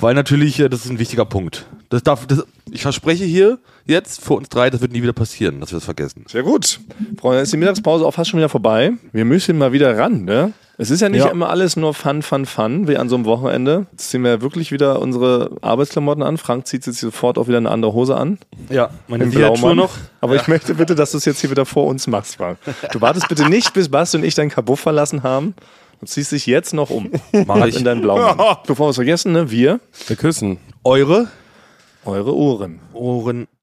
S7: weil natürlich, äh, das ist ein wichtiger Punkt. Das darf, das, ich verspreche hier jetzt für uns drei, das wird nie wieder passieren, dass wir das vergessen.
S6: Sehr gut. Freunde, ist die Mittagspause auch fast schon wieder vorbei. Wir müssen mal wieder ran, ne? Es ist ja nicht immer alles nur Fun, Fun, Fun, wie an so einem Wochenende. Jetzt ziehen wir wirklich wieder unsere Arbeitsklamotten an. Frank zieht jetzt sofort auch wieder eine andere Hose an.
S7: Ja, meine
S6: Im
S7: Sicherheitsschuhe
S6: Blaumann.
S7: noch.
S6: Aber ich möchte bitte, dass du es jetzt hier wieder vor uns machst, Frank. Du wartest bitte nicht, bis Basti und ich dein Kabuff verlassen haben. Du ziehst dich jetzt noch um.
S7: Mach ich.
S6: In deinen Blaumann. Bevor wir es vergessen, ne? Wir,
S3: wir küssen.
S7: Eure
S6: eure Ohren.
S7: Ohren.